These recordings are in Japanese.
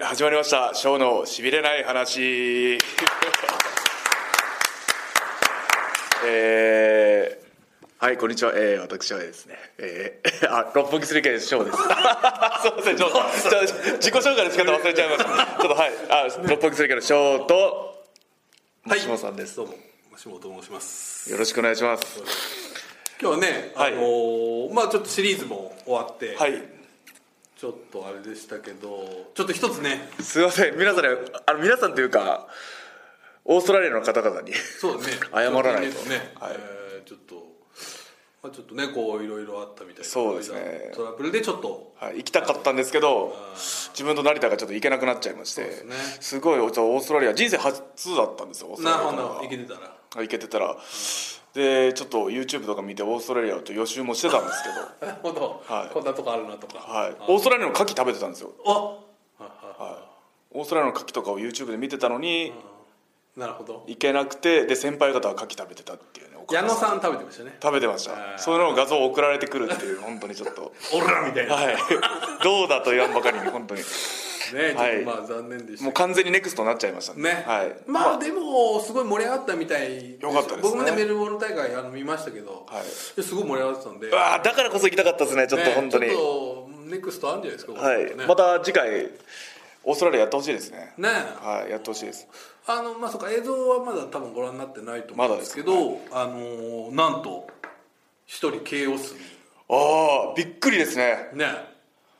始まりました「ショーのしびれない話」 えーはいこんにちは、えー、私はですね、えー、あ六本木すり県ショー ですすいませんちょっとちょっと自己紹介の仕方忘れちゃいましたちょっとはいあ六本木すり県のショーとはい下さんですどうも、マシモと申します。よろしくお願いします今日はね、はいあのーまあちょっとシリーズも終わって、はいちょっとあれでしたけど、ちょっと一つね、すいません皆さんにあの皆さんというかオーストラリアの方々にそうだね、謝らないとちょっね、はいえーちょっと、まあちょっとね、こういろいろあったみたいな、そうですねトラブルでちょっと、はい、行きたかったんですけど自分と成田がちょっと行けなくなっちゃいまして,、ですすねごいオーストラリア人生初だったんですよオーストなラるリアほとかど、が生きてたら、はい行けてたらでちょっと YouTube とか見てオーストラリアをちょっと予習もしてたんですけど、なるほど、はい こんなとこあるなとか、はい、オーストラリアの牡蠣食べてたんですよあ、はいはオーストラリアの牡蠣とかを YouTube で見てたのにいなるほど、行けなくてで先輩方は牡蠣食べてたっていうね矢野さん食べてましたね、食べてましあたーそういうのを画像を送られてくるっていう本当にちょっとオラみたいな、ね、はいどうだと言わんばかりに本当にちはょいっとまあ残念でしたけどもう完全にネクストになっちゃいましたねね、はいまあでもすごい盛り上がったみたいでよかったですね僕もねメルボルン大会あの見ましたけど、はいすごい盛り上がってたんでうわーだからこそ行きたかったですねちょっとね本当に、ちょっとネクストあるんじゃないですか、はこれいねまた次回オーストラリアやってほしいですねねはいやってほしいですあのまあそっか映像はまだ多分ご覧になってないと思うんですけどまあのーなんと一人 KOS ああびっくりですねにね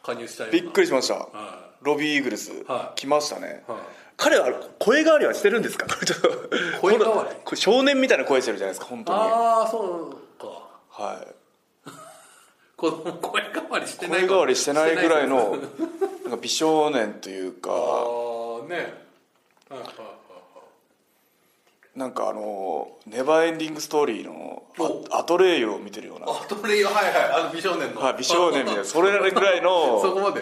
加入したようなびっくりしましたはロビーイーグルス、はい来ましたね、はい彼は声変わりはしてるんですか これちょっと声変わりこれ少年みたいな声してるじゃないですか本当にはああそうかい子供声変わりしてない声か変わりしてないぐらいのしてないなんか美少年というあかあねはいはいはいなんかあのネバーエンディングストーリーのおあアトレイユを見てるようなあトレイはいはいあの美少年の、はい、美少年みたいなそれぐらい そのこまで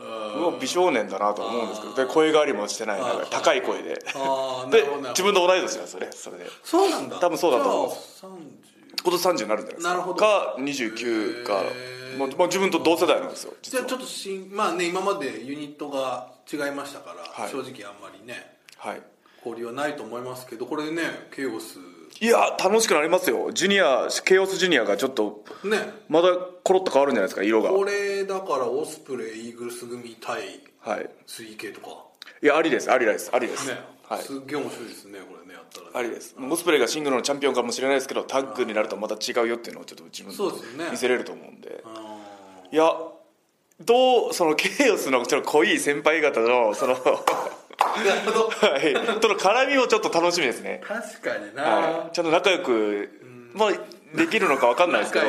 うわ美少年だなとは思うんですけどで声変わりもしてないなんか高い声ででああなるほどなる自ほ分とど同い年なんですよねそれでそうなんだ多分そうだと思うじ今年30になるんじゃないですかなるほどか29かへ、ーまあまあ、自分と同世代なんですよ実ゃあ30はじゃあちょっと新まあね今までユニットが違いましたから、はい正直あんまりねはい交流はないと思いますけどこれでねケイオスいや楽しくなりますよジュニアケイオスジュニアがちょっとねまだコロッと変わるんじゃないですか色がこれだからオスプレイイーグルス組対はい水系とかいやありですありですありです、ね、はいすっげえ面白いですねこれねやったらねありですオスプレイがシングルのチャンピオンかもしれないですけどタッグになるとまた違うよっていうのをちょっと自分そうですよね見せれると思うんであーいやどうそのケイオスのちょっと濃い先輩方のそのなるほどはいとの絡みもちょっと楽しみですね、確かにな、はい、ちゃんと仲良くまあできるのか分かんないですけど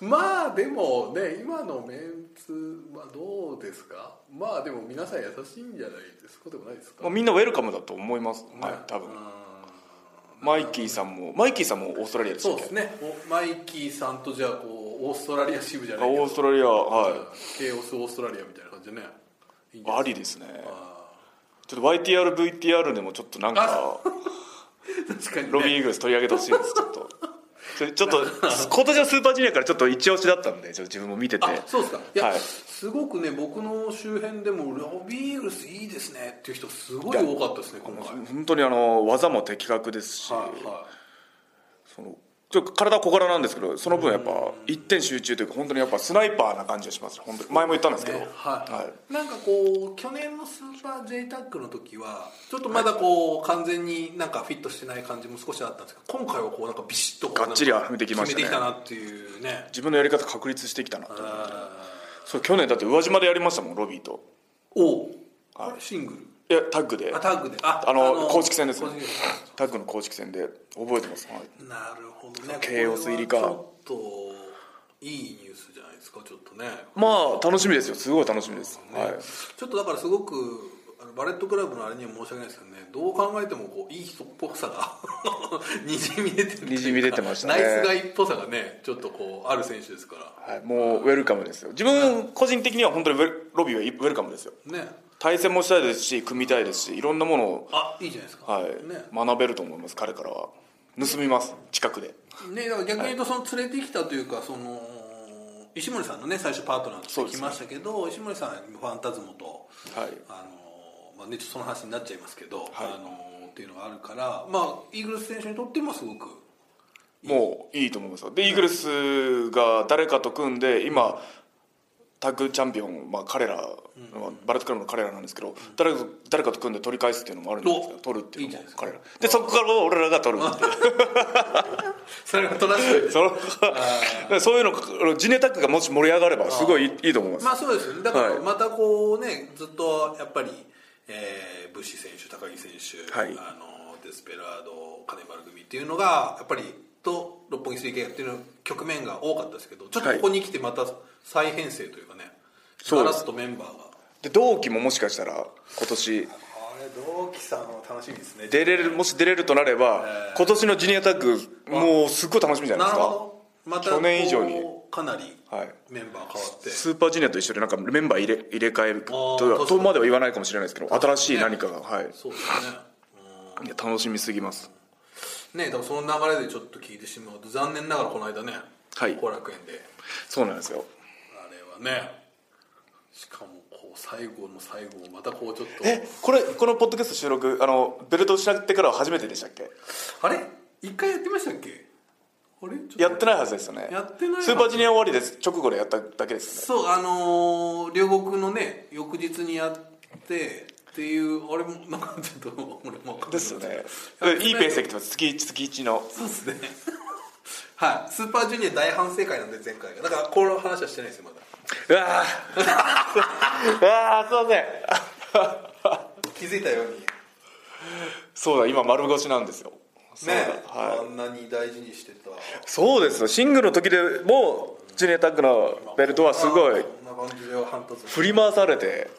まあでもね今のメンツはどうですかまあでも皆さん優しいんじゃないですかでもないですまかあみんなウェルカムだと思います、はいね、多分うんマイキーさんもマイキーさんもオーストラリアでしたそっうでけすねおマイキーさんとじゃあこうオーストラリア支部じゃないけどオーストラリアはケイオスオーストラリアみたいな感じでねいいんいじゃなあいりですねちょっと YTRVTR でもちょっとなんか確かに、ね、ロビーイーグルス取り上げてほしいですちょっとそれちょっと今年のスーパージュニアからちょっと一押しだったんでちょっと自分も見ててあそうですかいや、はいすごくね僕の周辺でもロビーイーグルスいいですねっていう人すごい多かったですね今回本当にあの技も的確ですし、はいはいそのちょっと体は小柄なんですけどその分やっぱ一点集中というか本当にやっぱスナイパーな感じがします本当に前も言ったんですけど、ねはいはいなんかこう去年のスーパー J タックの時はちょっとまだこう、完全になんかフィットしてない感じも少しあったんですけど今回はこうなんかビシッとこうがっちりはめてきましたね決めてきたなっていうね自分のやり方確立してきたなとあそう去年だって宇和島でやりましたもんロビーとーおうあれシングルいやタッグであタッグでああの公式戦です公ね式タッグの公式戦で覚えてます、はい戦なるほどねケイオス入りかこれはちょっといいニュースじゃないですかちょっとねまあ楽しみですよすごい楽しみです、はいちょっとだからすごくあのバレットクラブのあれには申し訳ないですけどねどう考えてもこういい人っぽさが にじみ出てるというかにじみ出てましたねナイスガイっぽさがねちょっとこうある選手ですからはい、もうウェルカムですよ自分個人的には本当にウェルロビーはウェルカムですよね対戦もしたいですし組みたいですしいろんなものを、あいいじゃないですか、はいね学べると思います彼からは盗みます近くでねだから逆に言うとその連れてきたというかその石森さんのね最初パートナーとして来ましたけど、石森さんファンタズムとはいあのまあね、ちょっとその話になっちゃいますけど、あのっていうのがあるから、まあ、イーグルス選手にとってもすごくもういいと思いますよでイーグルスが誰かと組んで今タッグチャンピオン、まあ、彼ら、まあバレットクラブの彼らなんですけど誰か誰かと組んで取り返すっていうのもあるんじゃないですかお取るっていうのいいじゃもないですか彼らでそこから俺らが取るっていうそれが取らせてその そういうのジネタッグがもし盛り上がればすごいいいいいと思いますまあそうですよねだからはいまたこうねずっとやっぱり、えー、ブッシュ選手高木選手、はいあのデスペラードカネバル組っていうのがやっぱりと六本木 3K やってる局面が多かったですけどちょっとここに来てまた再編成というかね、そうガでラすッとメンバーがで同期ももしかしたら今年あれ同期さんは楽しみですね出れるもし出れるとなれば、今年のジュニアタッグもうすっごい楽しみじゃないなでるすほかどまた去年以上にこうかなりはいメンバー変わって、スーパージュニアと一緒でなんかメンバー入れ入れ替えとあーはとまでは言わないかもしれないですけど新しい何かが、はい、そうですねいや楽しみすぎますねえでもその流れでちょっと聞いてしまうと残念ながらこの間ね後、はい楽園でそうなんですよあれはねしかもこう最後の最後またこうちょっとえこれこのポッドキャスト収録あのベルトを失ってからは初めてでしたっけあれ一回やってましたっけあれちょっとやってないはずですよねやってないはずスーパージュニア終わりです直後でやっただけですよねそうあのー両国のね翌日にやってっていうあれもなんかちょっと俺も分かんないですよねでいいペースで来てます月1月1のそうですね はいスーパージュニア大反省会なんで前回がだからこの話はしてないですよまだ うわーうわーすいません気づいたようにそうだ今丸腰なんですよそうだね、はいあんなに大事にしてたそうですよシングルの時でもジュニアタッグのベルトはすごいこんな感じでは半年振り回されて、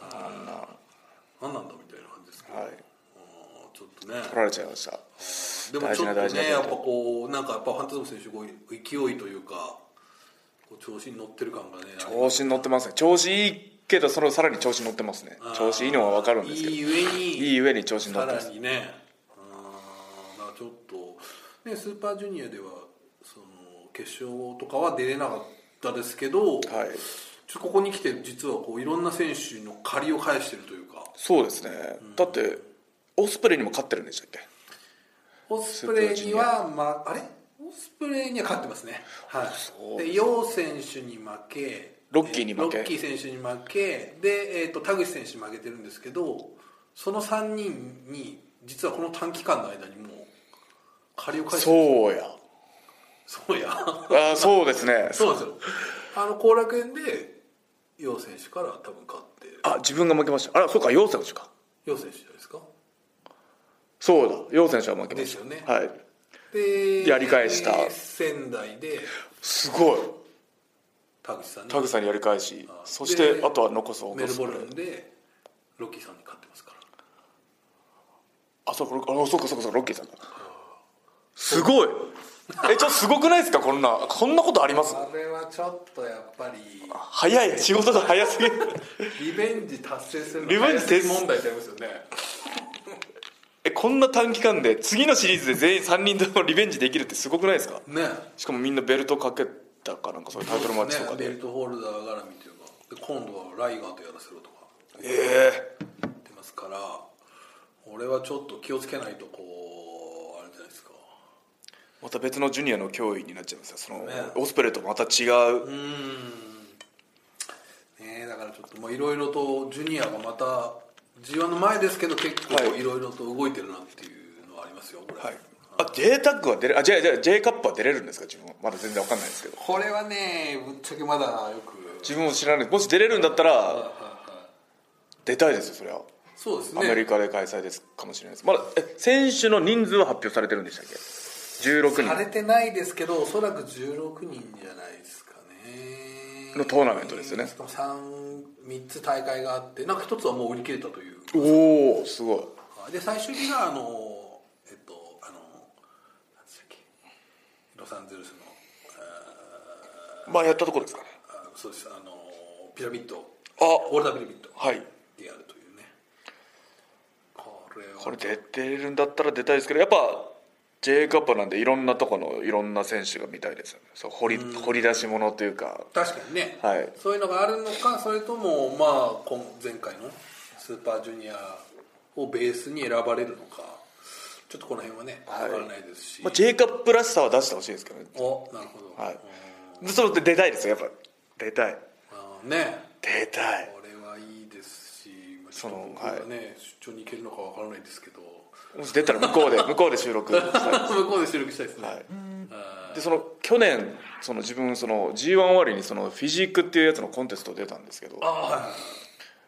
何なんだみたいな感じですけど、はい、あーちょっと取ねられちゃいましたでもちょ大事っとな大事なねやっぱこうなんかやっぱハンタズム選手こう勢いというかこう調子に乗ってる感がね調子に乗ってますね調子いいけどそのさらに調子に乗ってますねあー調子いいのは分かるんですけどいい上にいい上に調子に乗さってまらすにねあーだからちょっと、ね、スーパージュニアではその決勝とかは出れなかったですけど、ちょはいっとここに来て実はこういろんな選手の借りを返してるというかそうですねだってオスプレイにも勝ってるんでしたっけオスプレイには、まあ、あれオスプレイには勝ってますね、はい、で楊選手に負けロッキーに負けロッキー選手に負けで、えー、と田口選手に負けてるんですけどその3人に実はこの短期間の間にもう借りを返してそうやそうや あーそうですねそうなんですよあの後楽園で楊選手から多分勝ってあ自分が負けましたあらそうか楊選手か楊選手じゃないですかそうだ楊選手は負けまでしすたよねはいでやり返した仙台ですごい田口さんに田口さんにやり返しそしでてあとは残すオメルスプボレルインでロッキーさんに勝ってますからあそうかロあそうかそうかそうかロッキーさんだすごいえちょっとすごくないですかこんなこんなことありますあれはちょっとやっぱり早い仕事が早すぎるリベンジ達成するリベンジ達成早すぎ問題ってありますよねえこんな短期間で次のシリーズで全員3人ともリベンジできるってすごくないですかねしかもみんなベルトかけたかなんかそういうタイトルマッチとかねで、ベルトホルダー絡みというかで今度はライガーとやらせろとかえ言ってますから俺はちょっと気をつけないとこうあれじゃないですかーまた別のジュニアの脅威になっちゃいますよその、ねオスプレイとまた違う、うーんねえだからちょっともういろいろとジュニアがまた G1 の前ですけど結構はいいろいろと動いてるなっていうのはありますよこれ、はいあ J タッグは出れあじゃあじゃあ J カップは出れるんですか自分はまだ全然わかんないですけどこれはねぶっちゃけまだよく自分も知らないもし出れるんだったら出たいですよそりゃそうですアメリねカで開催ですかもしれないですまだえ選手の人数は発表されてるんでしたっけされ16てないですけどおそらく16人じゃないですかねのトーナメントですよねしかも 3, 3つ大会があってなんか1つはもう売り切れたという人おおすごいで最終日があのえっとあのなんでしたっけロサンゼルスのまあやったとこですかねあそうですあのピラミッドあウォルターピラミッドはいでやるというねこれはこれ出てるんだったら出たいですけどやっぱ J カップなんでいろんなとこのいろんな選手が見たいですよねそう掘り掘り出し物というか確かにね、はいそういうのがあるのかそれともまあ今前回のスーパージュニアをベースに選ばれるのかちょっとこの辺はねはい分からないですし、まあ、ジェイカップらしさは出してほしいですけどね、おなるほど、はい、でそうで出たいですよやっぱ出たいあーね出たいこれはいいですしまあちそょっのと僕がね、出張に行けるのか分からないですけどもし出たら向こうで向こうで収録したい 向こうで収録したいですね、はいあーでその去年その自分その G1 終わりにそのフィジークっていうやつのコンテスト出たんですけどあーはいはいはい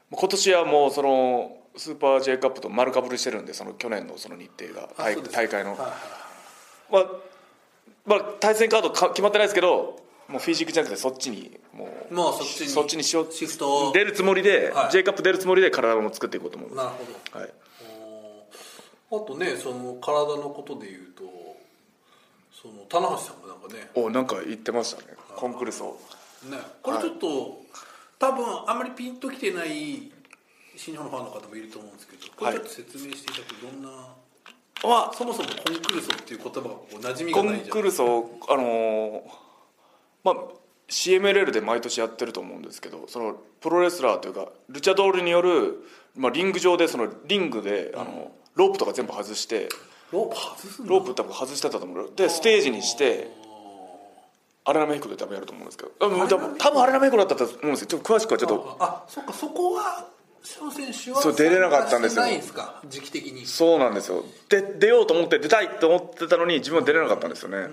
今年はもうそのスーパー J カップと丸かぶりしてるんでその去年のその日程があ大そうです大会の、はいはいまあまあ、対戦カードか決まってないですけどもうフィジークじゃなくてそっちにもうもうそっちにそっちにしようシフトを出るつもりで、はい J カップ出るつもりで体も作っていこうと思うんでなするほどはい、おーあとねその体のことで言うとその棚橋さんがなんかねおなんか言ってましたねコンクルソねこれちょっと、多分あんまりピンときてない新日本のファンの方もいると思うんですけどこれちょっと説明していただくとどんな、はそもそもコンクルソっていう言葉がこう馴染みコがなンいじゃクんルソあのーまあ CMLL で毎年やってると思うんですけどそのプロレスラーというかルチャドールによる、まあ、リング上でそのリングであのロープとか全部外してロープ外すんだロープ多分外してたと思うでステージにしてアレナメイクで多分やると思うんですけど多分アレナメイク多分アレナメイクだったと思うんですよちょっと詳しくはちょっとああそっかそこは翔選手はそう出れなかったんですよ参加してないんですか時期的にそうなんですよで出ようと思って出たいと思ってたのに自分は出れなかったんですよね、う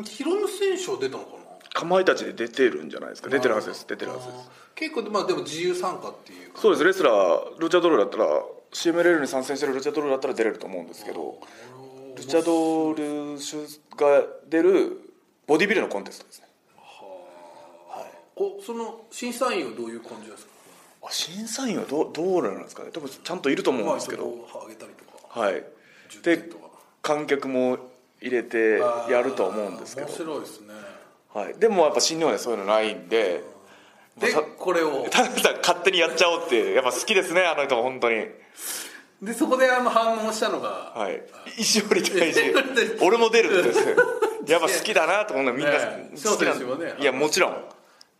ーんヒロム選手は出たのかなかまいたちで出てるんじゃないですか出てるはずです出てるはずです結構まあでも自由参加っていうかそうですレスラールチャドールだったら CMLL に参戦してるルチャドールだったら出れると思うんですけどルチャドール主が出るボディビルのコンテストですねおその審査員はどういう感じなんですかあ審査員はどうどうなんですかね多分ちゃんといると思うんですけど、まあ、上げたりとかはい10で点とか観客も入れてやるとは思うんですけあどー、面白いですねはい、でもやっぱ新日本でそういうのないん ででまあこれを田辺さん勝手にやっちゃおうっていうやっぱ好きですねあの人も本当にでそこであの反応したのが、はい石折大臣 石森大臣俺も出るって やっぱ好きだなと思うのみんなねえ好きな翔選手もねいやもちろん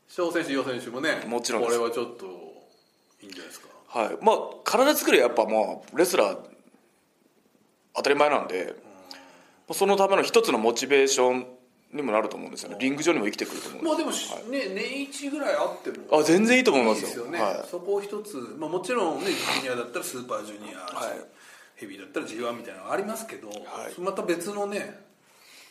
翔選手楊選手もねもちろんでこすれはちょっといいんじゃないですかはいまあ体作りはやっぱまあレスラー当たり前なんで、まあそのための一つのモチベーションにもなると思うんですよねリング上にも生きてくると思うんまあででもし、ね年一ぐらいあってもあ全然いいと思いまいいすでよすよね、はそこを一つ、まあ、もちろんねジュニアだったらスーパージュニア、はいヘビーだったら g 1みたいなのがありますけど、また別のね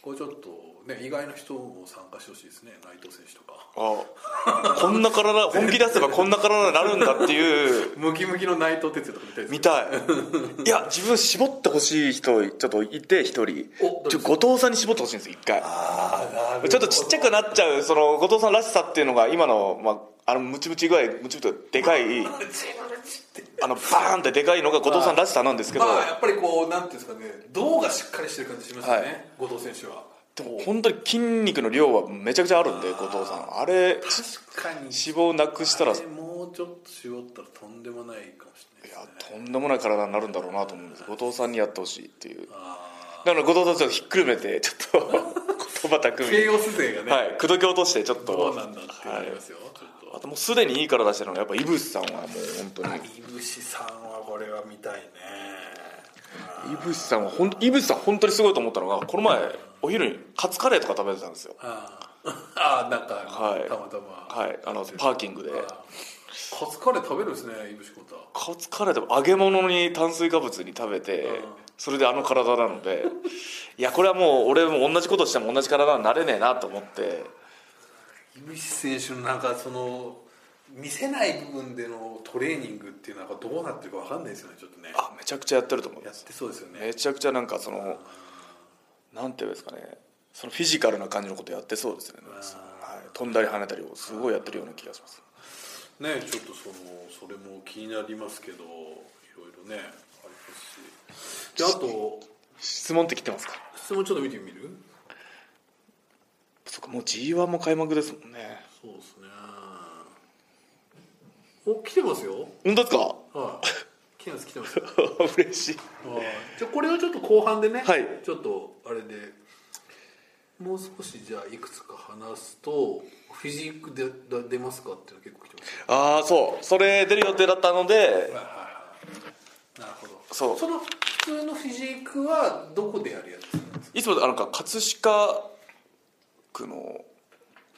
こうちょっとね意外な人も参加してほしいですね内藤選手とかい、あこんな体 本気出せばこんな体になるんだっていうムキムキの内藤哲也とかみたいです見たいいや自分絞ってほしい人ちょっといて一人おちょ後藤さんに絞ってほしいんですよ一回ああなるちょっとちっちゃくなっちゃうその後藤さんらしさっていうのが今の、まあ、あのムチムチ具合ムチムチとでかいあのバーンってでかいのが後藤さんらしさなんですけど、まあやっぱりこうなんていうんですかね胴がしっかりしてる感じしますよね、はい後藤選手はでも本当に筋肉の量はめちゃくちゃあるんで後藤さんあれ確かに脂肪なくしたらいあれもうちょっと絞ったらとんでもないかもしれないですやとんでもない体になるんだろうなと思うんです後藤さんにやってほしいっていうあだから後藤さんちょっとひっくるめてちょっと言葉巧あ み慶に応勢がね、はい口説き落としてちょっとどうなんだってなりますよ、ちょっとあともうすでにいい体してるのがやっぱイブスさんはもう本当にいぶしさんはこれは見たいねイブスさんはほんイブスさん本当にすごいと思ったのがこの前お昼にカツカレーとか食べてたんですよあー あーなんか、はいたまたま、はいあのパーキングであーカツカレー食べるんですねいぶしことはカツカレーでも揚げ物に炭水化物に食べてそれであの体なのでいやこれはもう俺も同じことしても同じ体になれねえなと思っていぶし選手のなんかその見せない部分でのトレーニングっていうのはどうなってるか分かんないですよねちょっとねあめちゃくちゃやってると思いやまっすてそうですよねめちゃくちゃなんかそのなんていうんですかねそのフィジカルな感じのことやってそうですね、はい、飛んだり跳ねたりをすごいやってるような気がしますねちょっとそのそれも気になりますけどいろいろねありますしであと質問って来てますか質問ちょっと見てみるそっかもう G1 も開幕ですもんねそうですねお来てますよ本当ですかはい来てます来てますは い嬉しいじゃあこれをちょっと後半でね、はいちょっとあれでもう少しじゃあいくつか話すとフィジークでだ出ますかっていうのが結構来てますああそうそれ出る予定だったのではいはいはいなるそうその普通のフィジークはどこでやるやつなんですかいつもあのか葛飾区の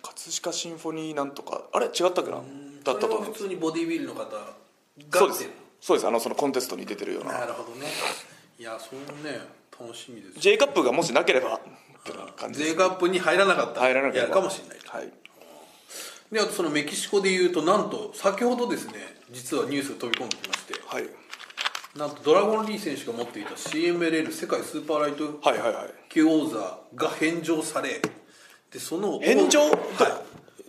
葛飾シンフォニーなんとかあれ違ったっけなだったとそれ思はう普通にボディービルの方がそうですやってそうですあのそのコンテストに出てるようるななるほどねいやそのね楽しみです J カップがもしなければってな感じです税カップに入らなかった入らなければやるかもしれないとはいであとそのメキシコでいうとなんと先ほどですね実はニュースが飛び込んできましてはいなんとドラゴンリー選手が持っていた CMLL 世界スーパーライトはいはいはい級王座が返上されでその返上はい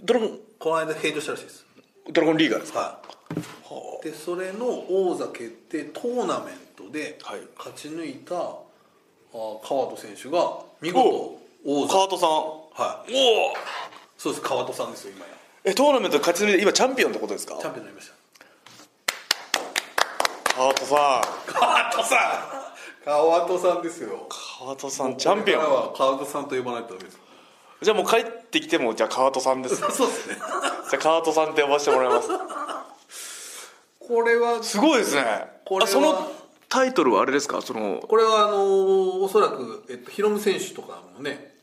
ドラゴンこの間返上したらしいですドラゴンリーガーですかはい、でそれの王座決定トーナメントではい勝ち抜いた、あー川戸選手が見お事王座川戸さんおはいおそうです川戸さんですよ今やえトーナメントで勝ち抜いて今チャンピオンってことですかチャンピオンになりました川戸さん川戸さん川戸さんですよ川戸さんチャンピオこれンからは川戸さんと呼ばないとダメですじゃあもう帰ってきてもじゃあ川戸さんですじゃそうですねあ川戸さんって呼ばせてもらいますこれはすごいですねこれはあそのタイトルはあれですかそのこれはあのーおそらく、えっと、ヒロム選手とかもね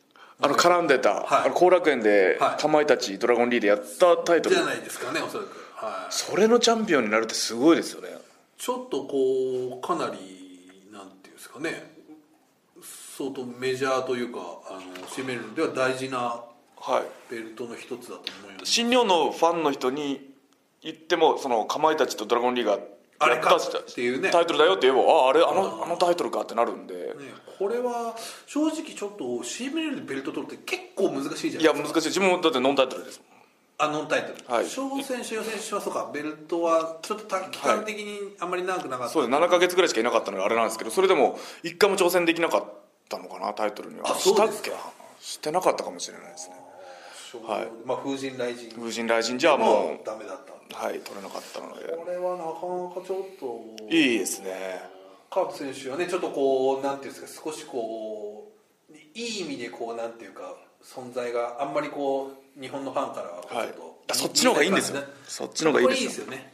あの絡んでた、はいあの後楽園ではいかまいたちドラゴンリーでやったタイトル、じゃないですかねおそらくはいそれのチャンピオンになるってすごいですよねちょっとこうかなりなんていうんですかね相当メジャーというかあのシメルでは大事なはいベルトの一つだと思います新日本のファンの人に言ってもそのかまいたちとドラゴンリーがあれかやたっていうねタイトルだよって言えばあああれあのあのタイトルかってなるんで、ねこれは正直ちょっとシメルでベルト取るって結構難しいじゃいなやいです難かしい自分もだってノンタイトルですもんあノンタイトル、はい翔選手、予選手はそうかベルトはちょっと短期間的にあんまり長くなかった、そうです7か月ぐらいしかいなかったのであれなんですけどそれでも一回も挑戦できなかったのかなタイトルにはあそうですしたっけかなしてなかったかもしれないですね翔はいまあ、風神雷神風神雷神じゃあももダメだったうはい取れなかったのでこれはなかなかちょっといいですねカープ選手はねちょっとこうなんていうんですか少しこういい意味でこうなんていうか存在があんまりこう日本のファンからはちょはっいと、だそっちの方がいいんですよそっちの方がいいこでれいすいよですよね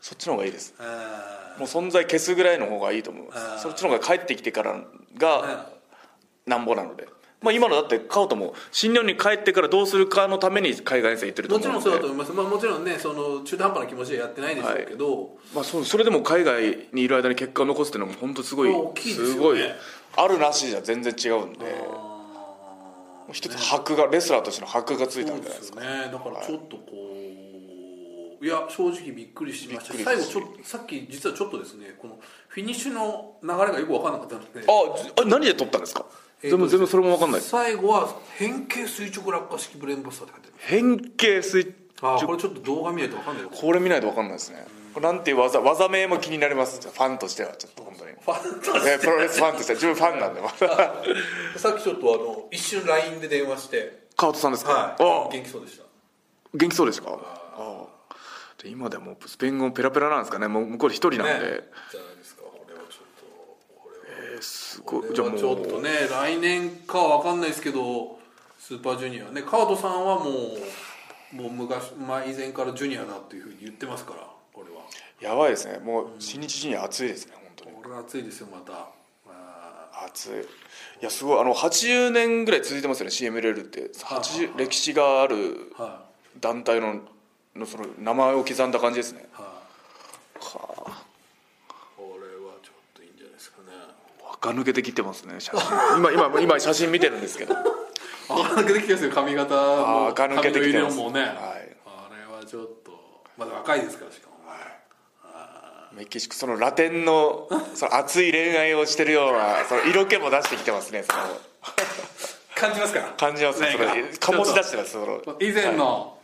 そっちの方がいいですあーもう存在消すぐらいの方がいいと思いまあーすそっちの方が帰ってきてからがなんぼなので、まあ、今のだってカオトも新日本に帰ってからどうするかのために海外遠征行ってるとも思ちうのでろんそうだと思います、まあ、もちろんねその中途半端な気持ちでやってないでしょうけど、まあ、そうそれでも海外にいる間に結果を残すっていうのも本当すごい大きいですよねごいあるなしじゃ全然違うんであー一つ箔がレスラーとしての箔がついたそんうじでゃないですすよかねだからちょっとこう、い、や正直びっくりしましたびっく最り後ですちょっとさっき実はちょっとですねこのフィニッシュの流れがよく分かんなかったのであずあ何で取ったんですか、えーと全部全部それも分かんない最後は変形垂直落下式ブレーンバスターって書いてあ変形スイッチるあーこれちょっと動画見ないと分かんないよフこれ見ないと分かんないですねこれなんていう技技名も気になりますじゃあファンとしてはちょっと本当にァンタえープロレスファンとしては自分ファンなんでさっきちょっとあの一瞬 LINE で電話して 川戸さんですか、はあい元気そうでした元気そうですかああで今でもスペイン語ペラペラなんですかねもう向こうで一人なんで、ねじゃないですかこれはちょっとこれはすごいこれはちょっとね来年かは分かんないですけどスーパージュニアねカードさんはもうもう昔前以前からジュニアだっていうふうに言ってますからこれはやばいですねもう新日陣熱いですね本当にこれは熱いですよまたあ熱いいやすごいあの80年ぐらい続いてますよね CMLL って80歴史があるーは団体ののその名前を刻んだ感じですねいはいはこれはちょっといいんじゃないですかねあ垢抜けてきてますね写真 今今今写真見てるんですけ ど垢抜けてきてますよ髪型もあー垢抜けてきてます髪の色もね、はいあれはちょっとまだ若いですからしかもメキシコそのラテンのその熱い恋愛をしてるようなその色気も出してきてますねその感じますから感じますねその醸し出してますその以前の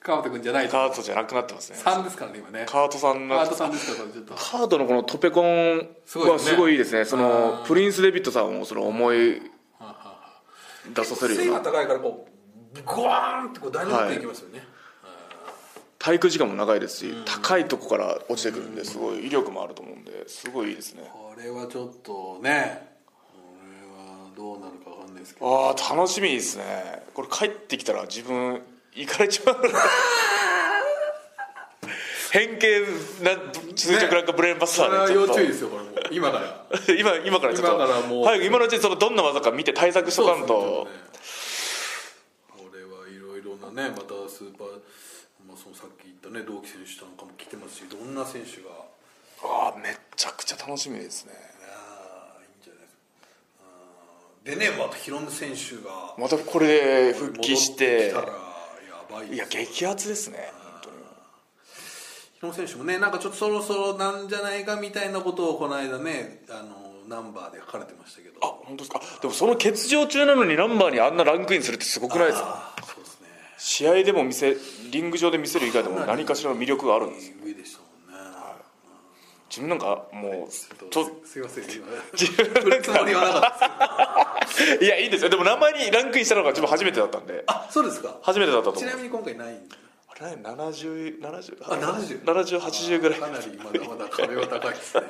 川本君じゃないカートじゃなくなってますね3ですからね今ねカートさん川が本さんですからこれちょっとカードのこのトペコンすごいはですねすごいいいですねそあのープリンス・デビッドさんをその思い出させる背ようがな高いからこうゴワーンってこう大丈夫っていきますよね、体育時間も長いですし高いとこから落ちてくるんですごい威力もあると思うんですごいいいですねこれはちょっとねこれはどうなるかわかんないですけどああ楽しみですねこれ帰ってきたら自分行かれちま う変形な垂直落下ブレーンバスタこれーはでちょ要っと注意ですよこれもう今なら今今からちょっと今ならもう早く今のうちにそのどんな技か見て対策しとかんとそうですねちょっとねこれはいろいろなねまたスーパー、まあ、そのさっき言ったね同期選手なんかも来てますしどんな選手がああめちゃくちゃ楽しみですねああいいんじゃないですかでねまたヒロム選手がまたこれで復帰して戻ってきたらやばいいでやす激アツですね本当に日野選手もねなんかちょっとそろそろなんじゃないかみたいなことをこの間ねあのナンバーで書かれてましたけどあ本当ですかでもその欠場中なのにナンバーにあんなランクインするってすごくないですかあーそうですね試合でも見せリング上で見せる以外でも何かしらの魅力があるんですよ上でしたもんね、自分なんかもちょうちょっとすすいません今分振るつもりはなか ったですいやいいんですよでも名前にランクインしたのが自分初めてだったんであそうですか初めてだったと思ちうなみに今回ないんであれ7070あ70 7080ぐらいかなりまだまだ壁は高いですね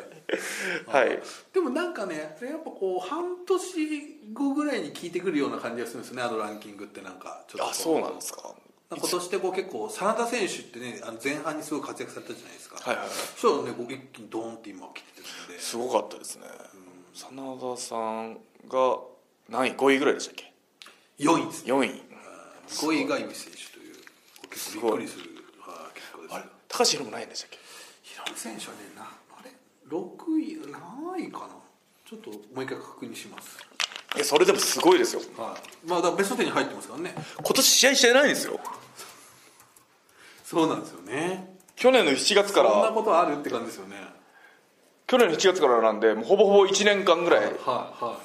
はいでもなんかねやっぱこう半年後ぐらいに効いてくるような感じがするんですよねあのランキングってなんかちょっとこあそうなんですかなんか今年ってこう結構真田選手ってねあの前半にすごい活躍されたじゃないですか、はいはいはいそうねこう一気にドーンって今来てるんですごかったですね真田さんが何位5位ぐらいでしたっけ4位ですね4位5位が井口選手という結構びっくりするはい結構ですあよれ高橋宏もないんでしたっけ平野選手はねなあれ6位何位かなちょっともう一回確認しますいやそれでもすごいですよはいまあだからベスト10に入ってますからね今年試合してないんですよそうなんですよね去年の7月かそんならことあるって感じですよね去年の7月からなんでもうほぼほぼ1年間ぐらいはいはいはいはい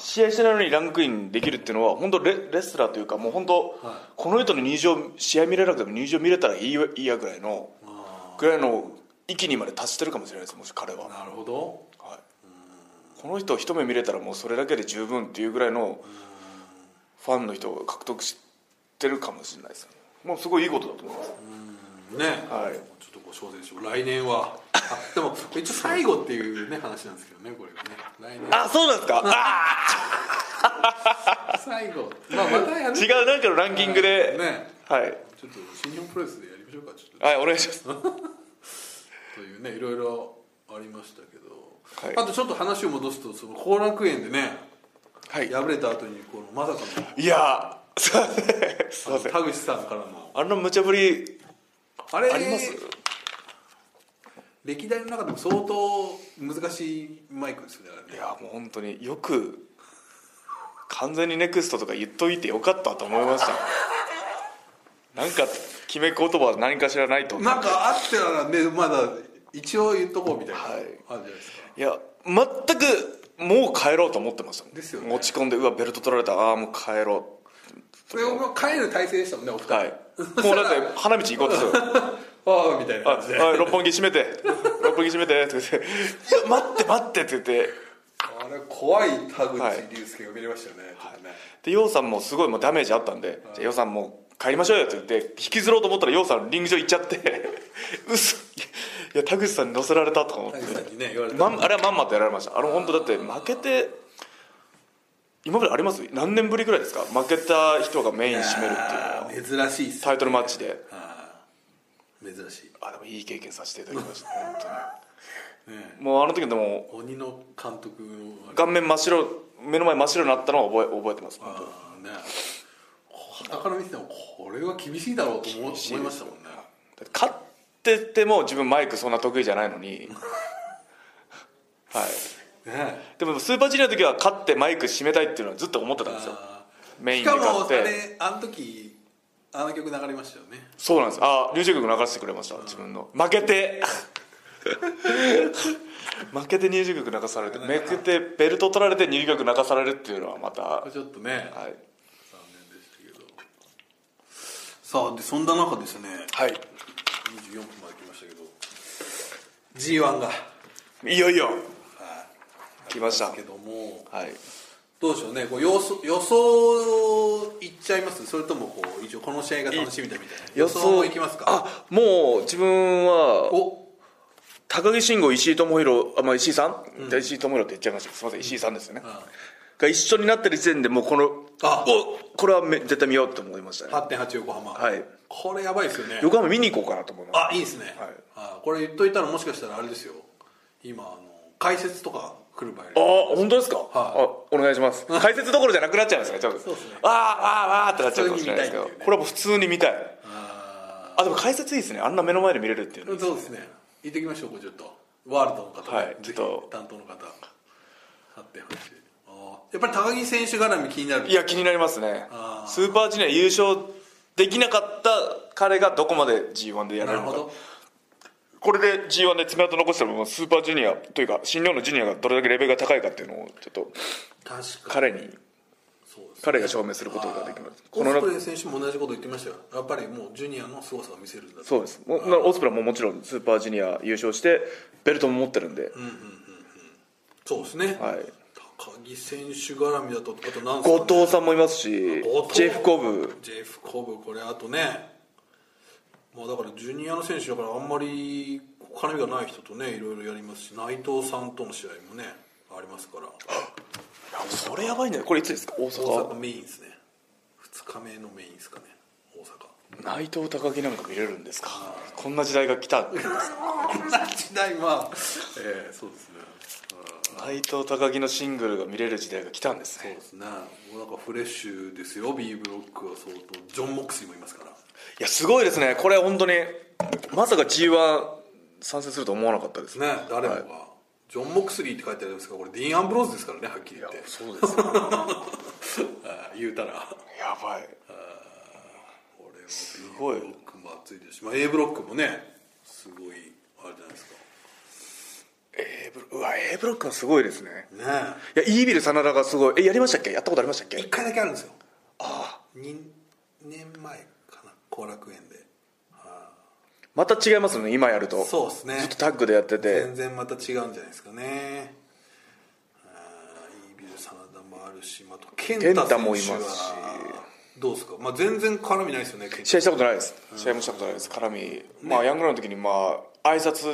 試合してないのにランクインできるっていうのは本当レレスラーというかもう本当、はこの人の入場試合見れなくても入場見れたらいいわいいやぐらいのあぐらいの域にまで達してるかもしれないですもし彼は、あはなるほどい、この人を一目見れたらもうそれだけで十分っていうぐらいのファンの人を獲得してるかもしれないですよねもうすごいいいことだと思いますね、はいちょっとご挑戦しよう来年はあでも一応最後っていうね話なんですけどねこれがね来年あそうなんですかあ最後まあまたやーね違うなんかのランキングで、ねはいちょっと新日本プロレスでやりましょうかちょっはいお願いしますとというねいろいろありましたけど、はいあとちょっと話を戻すとその後楽園でねはい敗れた後にこのまさかのいやーすいませんすいません田口さんからのあんな無茶ぶりあれあります歴代の中でも相当難しいマイクですよねあれいねやもう本当によく完全にネクストとか言っといてよかったと思いましたなんか決め言葉は何かしらないといなんかあってはねまだ一応言っとこうみたいな、はいあるじゃないですかや全くもう帰ろうと思ってましたもんですよね持ち込んでうわベルト取られたああもう帰ろそれをもう帰る体制でしたもんねお二う人、 はいもうだって花道行こうとするああみたいなあ感じでああ六本木閉めて六本木閉めて」って言って「いや待って待って」って言ってれ怖い田口はい竜介が見れましたよね、ちょっとねで楊さんもすごいもうダメージあったんで「じゃあ楊さんもう帰りましょうよ」って言って引きずろうと思ったら楊さんリング上行っちゃって 「うそいや田口さんに乗せられた」とか思っ田て口さんにね言われたまんあれはまんまとやられましたあの本当だって負けて今まであります何年ぶりぐらいですか負けた人がメイン締めるっていうのは珍しいっすタイトルマッチでああ珍しい、あでもいい経験させていただきました本ね、当にもうあの時でも鬼の監督の顔面真っ白目の前真っ白になったのは覚え覚えてます本当にああねはから見ててもこれは厳しいだろうと思思しいいましたもんねだって勝ってても自分マイクそんな得意じゃないのにはいねでもスーパージュニアの時は勝ってマイク締めたいっていうのはずっと思ってたんですよああメイしンでか勝もっあてれあの時あの曲流れましたよねそうなんですああ入場曲流してくれました自分の負けて 負けて入場曲流されてめくってベルト取られて入場曲流されるっていうのはまた、こはれちょっとねい、残念でしたけどさあでそんな中ですねは24分まで来ましたけど g 1がい、いよいよ来ましたけどもはいどうでしょうねこう予想予想いっちゃいますそれともこう一応この試合が楽しみだみたいな予想いきますかあもう自分はお高木慎吾石井智弘あ、まあ、石井さん、石井智弘って言っちゃいましたすみません石井さんですよね、が一緒になってる時点でもうこのあおこれはめ絶対見ようと思いましたね8.8横浜はいこれやばいですよね横浜見に行こうかなと思いますあいいですね、はいあこれ言っといたらもしかしたらあれですよ今あの解説とか来る場合あ本当ですか、いあお願いします解説どころじゃなくなっちゃいますねちょっとそうですねわーわーわーってなっちゃうかもしれないですけど、普通に見たいっていうこねれはもう普通に見たいああでも解説いいですねあんな目の前で見れるっていうのーそうですね行ってきましょうこれちょっとワールドの方、はいぜひちょっと担当の方あって話あーやっぱり高木選手絡み気になるいや気になりますねあースーパージュニア優勝できなかった彼がどこまで g 1でやらなれるるのほかどこれで g 1で爪痕残したらもうスーパージュニアというか新日本のジュニアがどれだけレベルが高いかっていうのをちょっと確かに彼にそうですね彼が証明することができますオこスのプレイ選手も同じこと言ってましたよやっぱりもうジュニアの凄さを見せるんだとそうですもうなオスプラももちろんスーパージュニア優勝してベルトも持ってるんで、そうですね、はい高木選手絡みだとあと何後藤さんもいますし後藤ジェフ・コブジェフ・コブこれあとねまあだからジュニアの選手だからあんまり絡みがない人とねいろいろやりますし内藤さんとの試合もねありますからそれやばいねこれいつですか大大阪阪メインですね2日目のメインですかね 内大阪 藤高木なんか見れるんですかこんな時代が来たこんな時代はええそうですね内藤高木のシングルが見れる時代が来たんですそうねですねもうなんかフレッシュですよ B ブロックは相当ジョン・モクシーもいますからいやすごいですねこれ本当にまさか g 1参戦すると思わなかったですね誰もが、ジョン・モクスリーって書いてありますからこれディーン・アンブローズですからねはっきり言ってそうですねあー言うたらやばいこれすごいブロックも熱いですし、まあ、A ブロックもねすごいあれじゃないですか A ブロうわ A ブロックはすごいですねいねやイービル真田がすごいえやりましたっけやったことありましたっえけ1回だけあるんですよああ2年前かな後楽園でまた違いますね今やるとそうですねずっとタッグでやってて全然また違うんじゃないですかねあーイービル真田もあるしまああと健太健太選手もいますしはどうですか、まあ、全然絡みないですよね健太試合したことないです試合もしたことないです絡みまあヤングラウンドの時にまあ挨拶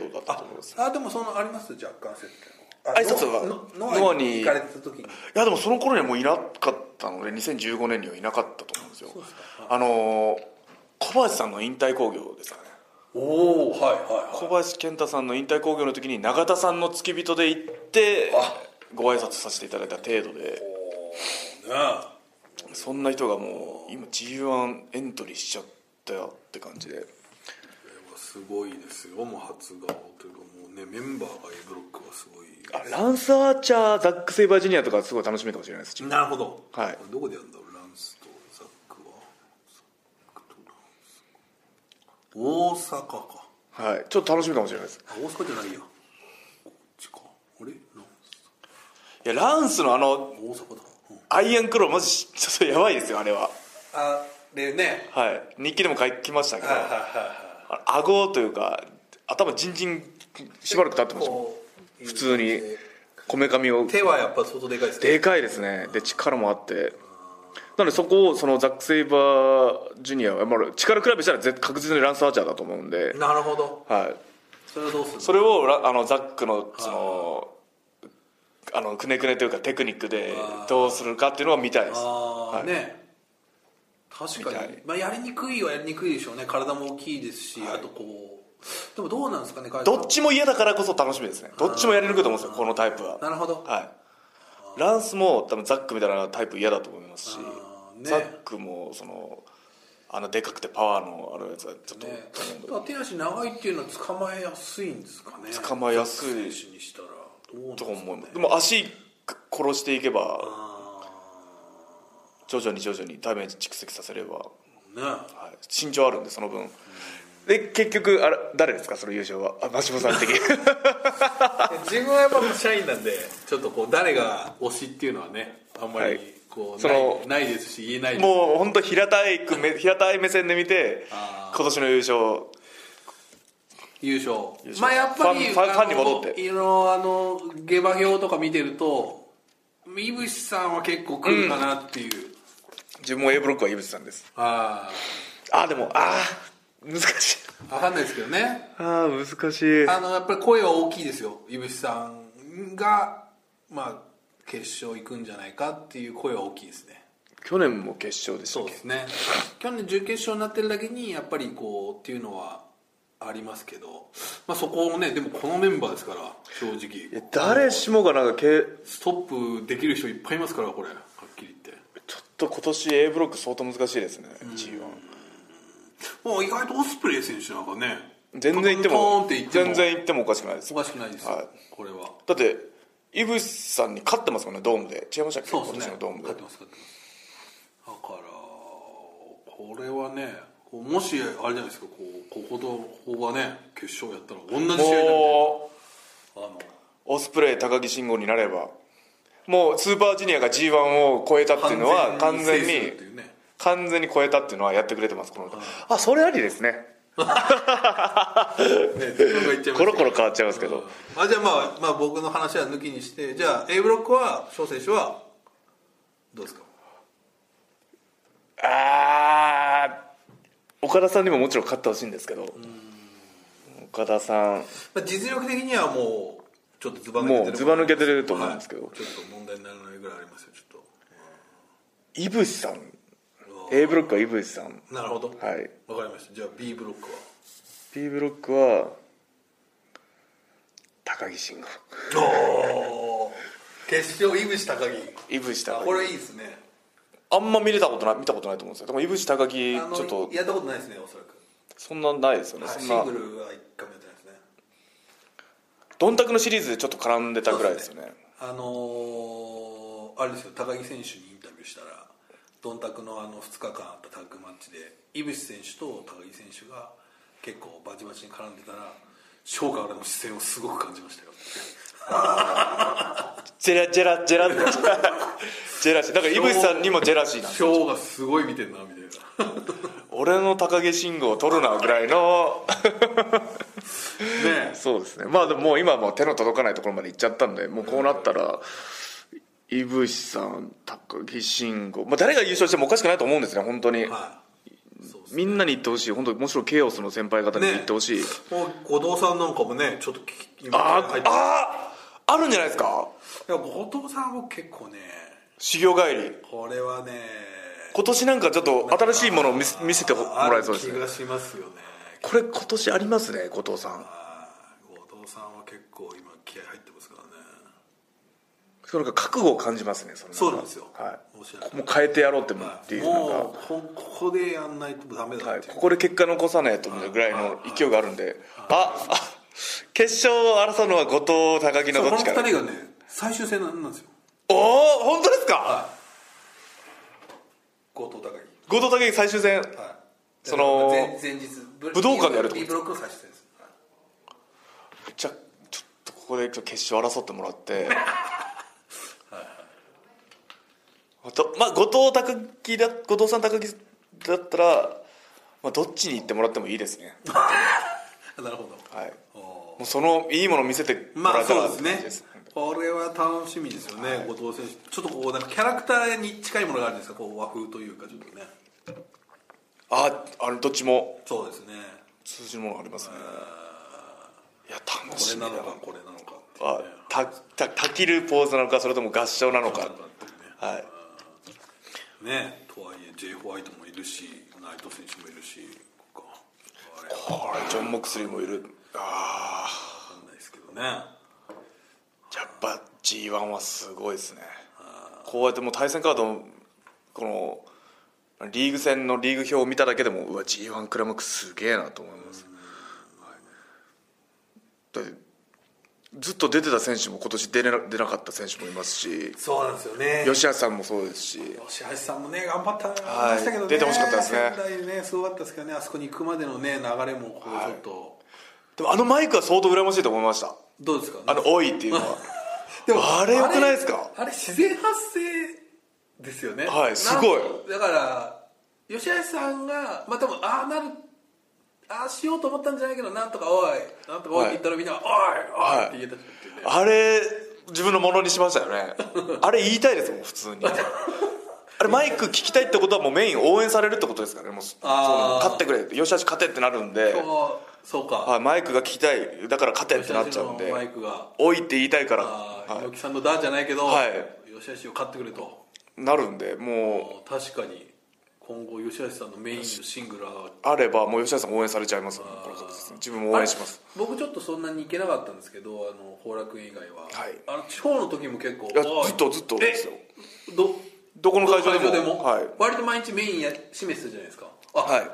程度だったと思いますあでもそのあります若干接点挨拶はノノノアアにに行かれてた時にいやでもその頃にはもういなかったので2015年にはいなかったと思うんですよあのー小林さんの引退興行ですかねおおはいはい小林健太さんの引退興行の時に永田さんの付き人で行ってご挨拶させていただいた程度ではいねそんな人がもう今 g 1エントリーしちゃったよって感じですごいですよもう初顔というかもうねメンバーが A ブロックはすごいあランス・アーチャーザック・セイバージュニアとかすごい楽しみかもしれないですなるほど、はいこれどこでやるんだろうランスとザックはザックとランス大阪かはいちょっと楽しみかもしれないですあ大阪じゃないやこっちかあれランスいやランスのあの大阪だ、うんアイアンクローマジちょっとやばいですよあれはあれねはい日記でも書きましたけどはいはあ顎というか頭じんじんしばらく立ってましたもんこう普通にこめかみを手はやっぱ相当でかいですねでかいですねで力もあってなのでそこをそのザック・セイバージュニアは、まあ、力比べしたら絶確実にランスアーチャーだと思うんで、なるほどはい、それはどうするのそれをラあのザックのそのあのくねくねというかテクニックでどうするかっていうのは見たいですああ、はいね確かみたにい、まあ、やりにくいはやりにくいでしょうね体も大きいですし、あとこうでもどうなんですかねどっちも嫌だからこそ楽しみですねどっちもやりにくいと思うんですよこのタイプはなるほどはい、ランスも多分ザックみたいなタイプ嫌だと思いますし、あーねザックもそのあのでかくてパワーのあるやつはちょっと、ねだから手足長いっていうのは捕まえやすいんですかね捕まえやすい選手にしたらどうなんでとすかか、ね、思うでも足殺していけば徐々に徐々にダメージ蓄積させれば、ねはい、身長あるんでその分で結局あれ誰ですかその優勝はあマシモさん的 自分はやっぱ社員なんでちょっとこう誰が推しっていうのはねあんまはいりこう、そのないないですし言えないですしもう本当平たいくめ平たい目線で見てあー今年の優勝優勝優勝まあやっぱりファンファンあのファンに戻っていろあの下馬評とか見てると井渕さんは結構来るかなっていう、自分も A ブロックは井口さんですああーでもあー難しいあ分かんないですけどねああ難しいあのやっぱり声は大きいですよ井渕さんがまあ決勝行くんじゃないかっていう声は大きいですね去年も決勝でしたっそうですね去年準決勝になってるだけにやっぱりこうっていうのはありますけど、まあ、そこをねでもこのメンバーですから正直誰しもがなんかけストップできる人いっぱいいますからこれはっきり言ってちょっと今年 A ブロック相当難しいですね G1 もう意外とオスプレイ選手なんかね全然いってポンポンもっていっても全然いってもおかしくないですおだかしくないですよ、はいこれはってイブさんに勝ってますもんねドームで違いましたっけそう今です年ねのドームで勝ってます勝ってますだからこれはねこうもしあれじゃないですかこうこことここがね決勝やったら同じ試合だよねもうあのオスプレイ高木慎吾になればもうスーパージュニアが G1 を超えたっていうのは完全制すにるっていうね完全に超えたっていうのはやってくれてますこの歌あそれありですねね自分が言っちゃいましたコロコロ変わっちゃいますけどあじゃあまあまあ僕の話は抜きにしてじゃあ A ブロックは翔選手はどうですかああ岡田さんにももちろん勝ってほしいんですけど岡田さんまあ実力的にはもうちょっとズバ抜けてもうズバ抜けてると思うんですけどはいちょっと問題にならないぐらいありますよちょっ井渕さんと A ブロックは井渕さんなるほどはいわかりましたじゃあ B ブロックは B ブロックは高木慎吾お決勝井口高木井渕あ高こ木れいいですねあんま見れたことない見たことないと思うんですよでも井渕高木あのちょっとやったことないですねおそらくそんなないですよねはいそんシンなグルは一回もやってないですねどんたくのシリーズでちょっと絡んでたぐらいですよねあのーあれですよ高木選手にインタビューしたらドンタクのあの2日間あったタッグマッチで井口選手と高木選手が結構バチバチに絡んでたら翔からの視線をすごく感じましたよジェラジェラジェラ ジェラシーだから井渕さんにもジェラシーなんです翔がすごい見てんなみ たいなね俺の高木慎吾を取るなぐらいのえ そうですねまあでももう今はもう手の届かないところまで行っちゃったんでもうこうなったら井渕さん高木慎吾、まあ、誰が優勝してもおかしくないと思うんですね本当にはいそうですねみんなに言ってほしい本当もちろんケイオスの先輩方にも言ってほしい、もう後藤さんなんかもねちょっと聞き今あ入ーってあーあるんじゃないですかいや後藤さんは僕結構ね修行帰りこれはね今年なんかちょっと新しいものを見せ見せてもあらるえそうです気ねがしますよねこれ今年ありますね後藤さんはい後藤さんは結構今気合入ってますからねそのなんか覚悟を感じますねそのかそうなんですよはおっしゃる通い、りもう変えてやろうってもはっていいうなんか、もうこここでやんないとダメだはっい、ていう、ここで結果残さないと思うぐらいの勢いがあるんでああ決勝を争うのは後藤高木のそうどこっのち二か人がね最終戦なんですよおお本当ですか後藤高木後藤高木最終戦はいその前前日武武道館でやるってこと B ブロックの最終戦ですはいじゃあちょっとここで決勝争ってもら ってあとまあ後藤高木だ後藤さん高木だったら、まあ、どっちに行ってもらってもいいですねあなるほどはいおーもうそのいいものを見せてもまらあえたそらうですねこれは楽しみですよね、後藤選手ちょっとこうなんかキャラクターに近いものがあるんですかこう和風というかちょっとねああのどっちもそうですね通じるものがありますねいや楽こしれみなだのなかこれなのかっていうあねたたたきるポーズなのかそれとも合唱なのなかのかっていうねはいねとはいえ J ホワイトもいるしナイト選手もいるしここあれわこれジョン・モクスリーもいるああかんないですけどねあやっぱ G1 はすごいですねこうやってもう対戦カードこのリーグ戦のリーグ表を見ただけでもうわ G1 クライマックスすげえなと思います、だってずっと出てた選手も今年出れな出なかった選手もいますしそうなんですよね吉橋さんもそうですし吉橋さんもね頑張ったはいましたけどね出てほしかったですね仙台ねすごかったですけどねあそこに行くまでのね流れもこうちょっと、でもあのマイクは相当羨ましいと思いましたどうですかあの「おい」っていうのはであれ良くないですかあれあれ自然発生ですよねはいすごいなんだから吉橋さんがまあ多分ああなるああしようと思ったんじゃないけどなんとかおいなんとかおいって言ったらみんな「おいおい」って言えたっていうねあれ自分のものにしましたよ ねあれ言いたいですもん普通にあれマイク聞きたいってことはもうメイン応援されるってことですからねもうそあー勝ってくれってよしよし勝てってなるんで、そうそうか、はい、マイクが聞きたいだから勝てってなっちゃうん吉橋でのマイクが「おい」って言いたいから、あーは猪木さんの「だ」じゃないけど、は吉橋を勝ってくれとい、なるんでも確かに今後吉橋さんのメインのシングルはあればもう吉田さん応援されちゃいますもんこれ確実に自分も応援しますあれ僕ちょっとそんなに行けなかったんですけどあの後楽園以外は、はいあの地方の時も結構いやおいずっとずっとですよえどどこの会場でもどこのはい割と毎日メインや示してたじゃないですかあ、はい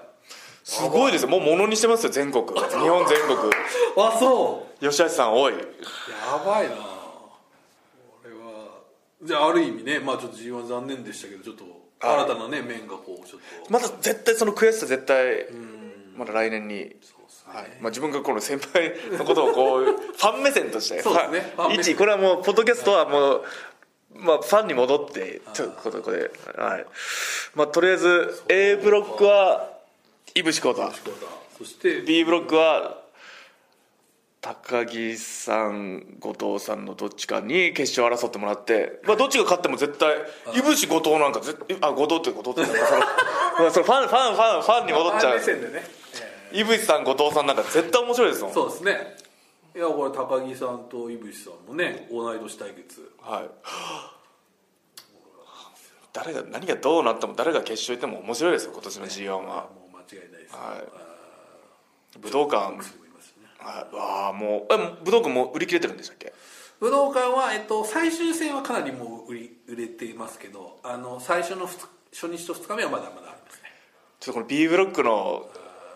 すごいですよもうものにしてますよ全国日本全 国あそ吉橋さん多いうやばいなこれはじゃあある意味ねまあちょっと g 1残念でしたけどちょっとはい新たなね面がこうちょっとまだ絶対その悔しさ絶対まだ来年にそうですねはいまあ、自分がこの先輩のことを こうファン目線としてそうですねファンはい、目線一これはもうポッドキャストはもう、まあ、ファンに戻ってということで、はいまあ、とりあえず A ブロックはいぶしこだ仕事だそして B ブロックは高木さん後藤さんのどっちかに決勝争ってもらって、まあ、どっちが勝っても絶対いぶし後藤なんか絶あ後藤って後藤ってなんか そのまあそのファンファンファンファンに戻っちゃあう目線でね、えいぶしさん後藤さんなんか絶対面白いですもんーそうですねいやこれ高木さんと井渕さんもね同い年対決はい誰が何がどうなっても誰が決勝行っても面白いですよ今年の G1 は、もう間違いないです、はあいー武道館すごいいますよねはいわあもうえ武道館もう売り切れてるんでしたっけ武道館は、えっと、最終戦はかなりもう売り売れていますけどあの最初の二初日と2日目はまだまだありますねちょっとこの B ブロックの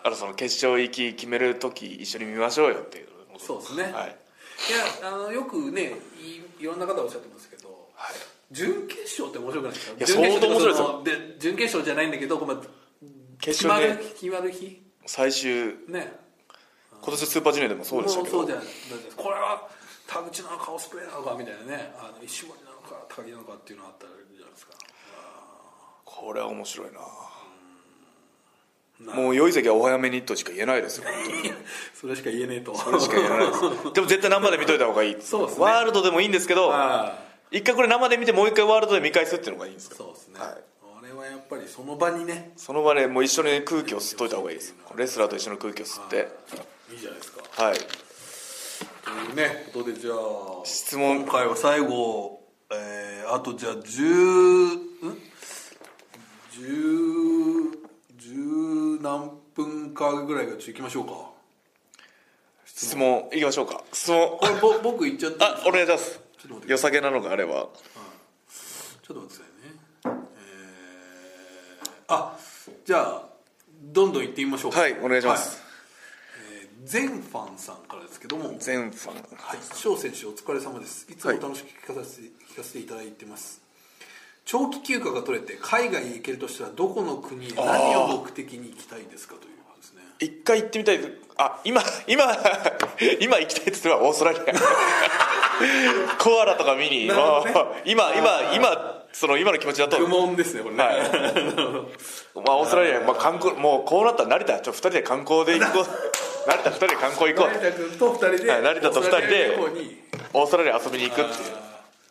あのその決勝行き決める時一緒に見ましょうよっていうそうですねはい、いやあのよくねいいろんな方おっしゃってますけど、準決勝って面白くないですかいや準決勝っ相て当面そので準決勝じゃないんだけどこうまあ決決ま勝るで決まる日最終ね今年スーパージュニアでもそうでしたけもどうそうじゃないこれは田口なのかオスプレイなのかみたいなねあの石森なのか高木なのかっていうのがあったらいいじゃないですか これは面白いななもう良い席はお早めにとしか言えないですよそれしか言えねえとそしか言えない ですでも絶対生で見といた方がいいそうですねワールドでもいいんですけどああ一回これ生で見てもう一回ワールドで見返すっていうのがいいんですかそうですね、はい俺はやっぱりその場にねその場でもう一緒に空気を吸っといた方がいいですレスラーと一緒の空気を吸っていいじゃないですかはいというねことでじゃあ質問今回は最後、えーあとじゃあ10ん10 10何分かぐらいがちょっといきましょうか質問いきましょうか質問これぼ僕言っちゃっていいであお願いしますちょっと待って良さげなのがあればすちょっと待ってくださいねえーあじゃあどんどん行ってみましょうかはいお願いしますはいえー全、ファンさんからですけども全ファンはい、翔選手お疲れ様ですいつも楽しく聞かさせて,、聞かせていただいてます長期休暇が取れて海外へ行けるとしたらどこの国へ何を目的に行きたいですかということですね一回行ってみたいですあ今今 今行きたいって言えばオースト ラリアコアラとか見に、なるほどねまあ今今今その今の気持ちだと不問ですねこれね、はいまあ、オーストラリア、まあ、観光もうこうなったら成田ちょっと2人で観光で行こ う成田2人で観光行こう成田君と二人で、はい成田と二人でオーストラリア旅行にオーストラリア遊びに行くっていう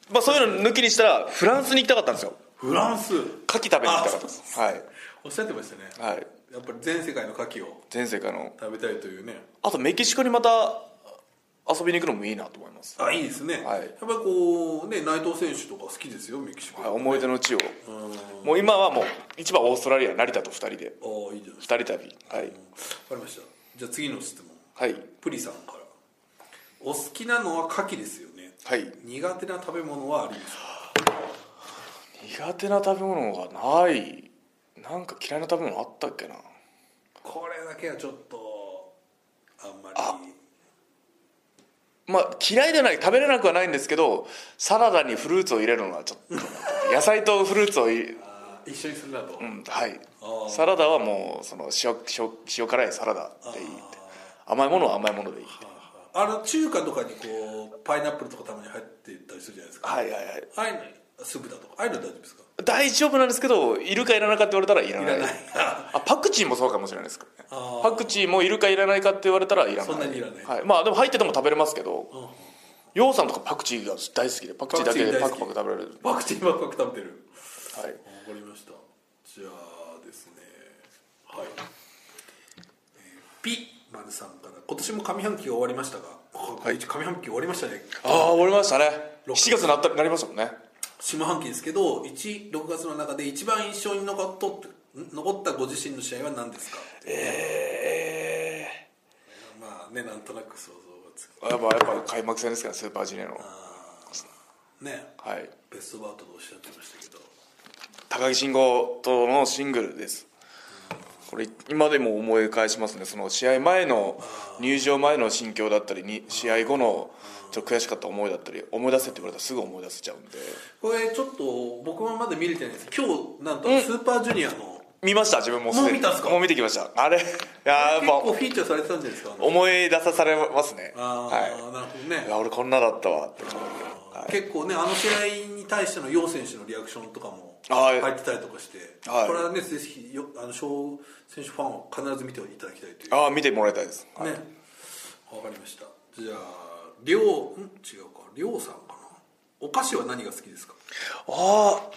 まあ、そういうの抜きにしたらフランスに行きたかったんですよフランス牡蠣食べに行きたかったですはい、おっしゃってましたね、はい、やっぱり全世界の牡蠣を前世からの食べたいというねあとメキシコにまた遊びに行くのもいいなと思います、あいいですね、はいやっぱりこうね内藤選手とか好きですよメキシコ、はい、あ思い出の地をもう今はもう一番オーストラリア成田と2人であいいじゃないで2すか人旅はい、わかりましたじゃあ次の質問はい、プリさんからお好きなのは牡蠣ですよねはい苦手な食べ物はありますか苦手な食べ物がないなんか嫌いな食べ物あったっけなこれだけはちょっとあんまりまあ嫌いではない食べれなくはないんですけどサラダにフルーツを入れるのはちょっと野菜とフルーツをいあー一緒にするなと、うんはいあーサラダはもうその塩塩塩辛いサラダでいいって甘いものは甘いものでいいってあの中華とかにこうパイナップルとかたまに入ってたりするじゃないですかはいはいはいああいうのスープだとかああいうの大丈夫ですか大丈夫なんですけどいるかいらないかって言われたらいらないいらないあパクチーもそうかもしれないですからねあーパクチーもいるかいらないかって言われたらいらないそんなにいらないはい、まあでも入ってても食べれますけどんうん洋さんとかパクチーが大好きでパクチーだけでパパククチパクー大好き食べられるパクチーばっかく食べてるはいわかりましたじゃあですねはい、えー、ピマルさんから今年も上半期が終わりましたが、はい、上半期終わりましたねああ終わりましたね六7月になったなりましたもんね下半期ですけど16月の中で一番印象に残っとん残ったご自身の試合は何ですかってえまあねなんとなく想像がつくえやっぱやっぱ開幕戦ですからスーパージュニアのねはいベストバウトとおっしゃってましたけど高木慎吾とのシングルですこれ今でも思い返しますねその試合前の入場前の心境だったりに試合後のちょっと悔しかった思いだったり思い出せって言われたらすぐ思い出せちゃうんでこれちょっと僕もまだ見れてないんです今日なんとスーパージュニアの見ました自分もでにもう見たんすかもう見てきました あれいややっ結ぱ構フィーチャーされてたんじゃないですかあの思い出さされますねあはーなるほどいねいや俺こんなだったわって感じ結構ねあの試合に対しての楊選手のリアクションとかもは入いってたりとかして、はいこれはねぜひよあの翔選手ファンを必ず見ていただきたいというああ見てもらいたいですねわかりましたじゃあ亮ん違うか亮さんかなお菓子は何が好きですかああ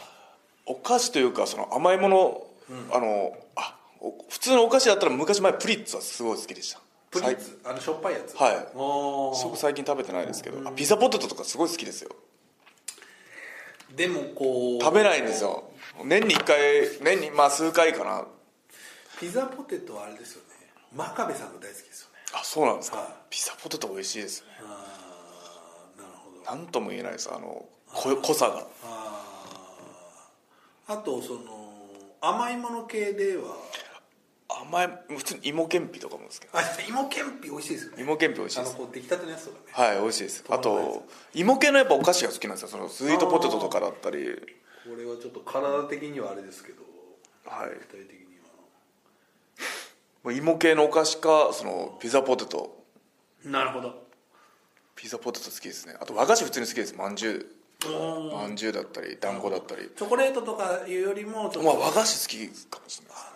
お菓子というかその甘いもの、あのあお普通のお菓子だったら昔前プリッツはすごい好きでしたプリッツ、あのしょっぱいやつはいおーすごく最近食べてないですけどあピザポテトとかすごい好きですよでもこう食べないんですよ年に1回年にまあ数回かなピザポテトはあれですよね真壁さんが大好きですよねあそうなんですか、はいピザポテト美味しいですねああなるほどなんとも言えないですあのこ濃さがあーあとその甘いもの系では甘い普通に芋けんぴとかもですけどあ芋けんぴ美味しいですよね芋けんぴ美味しいあでのすこう出来たてのやつとかねはい美味しいですあ止まらないと芋系のやっぱお菓子が好きなんですよそのスイートポテトとかだったりこれはちょっと体的にはあれですけどはい具体的にはもう芋系のお菓子かそのピザポテトなるほどピザポテト好きですねあと和菓子普通に好きですまんじゅうおーまんじゅうだったり団子だったりチョコレートとかいうよりもちょっまあと和菓子好きかもしれないです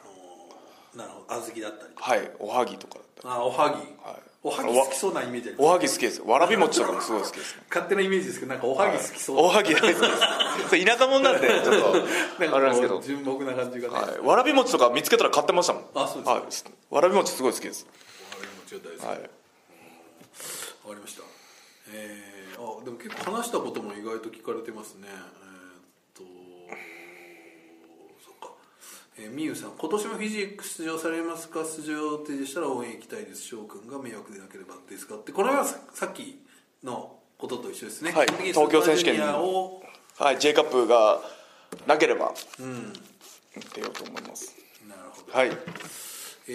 なるほど小豆だったりとかはいおはぎとかだったりあーおはぎ、はいおはぎ好きそうなイメージありおますはぎ好きですわらび餅とかもすごい好きですね勝手なイメージですけどなんかおはぎ好きそうおはぎ大好きですそれ田舎者 なんでちょっなんとかあれなんですけこどう純朴な感じがね、はい、わらび餅とか見つけたら買ってましたもんあそうですか、はい、わらび餅すごい好きです、おはぎもちょっと大好きはい、わかりました。えー、あでも結構話したことも意外と聞かれてますね。えー、っとそっか。えー、みゆさん今年もフィジーク出場されますか出場予定でしたら応援行きたいです翔くんが迷惑でなければですかってこれはささっきのことと一緒ですね、はい基本的に東京選手権スーパージュニアをはい、J カップがなければ、出ようと思いますなるほど、はいえ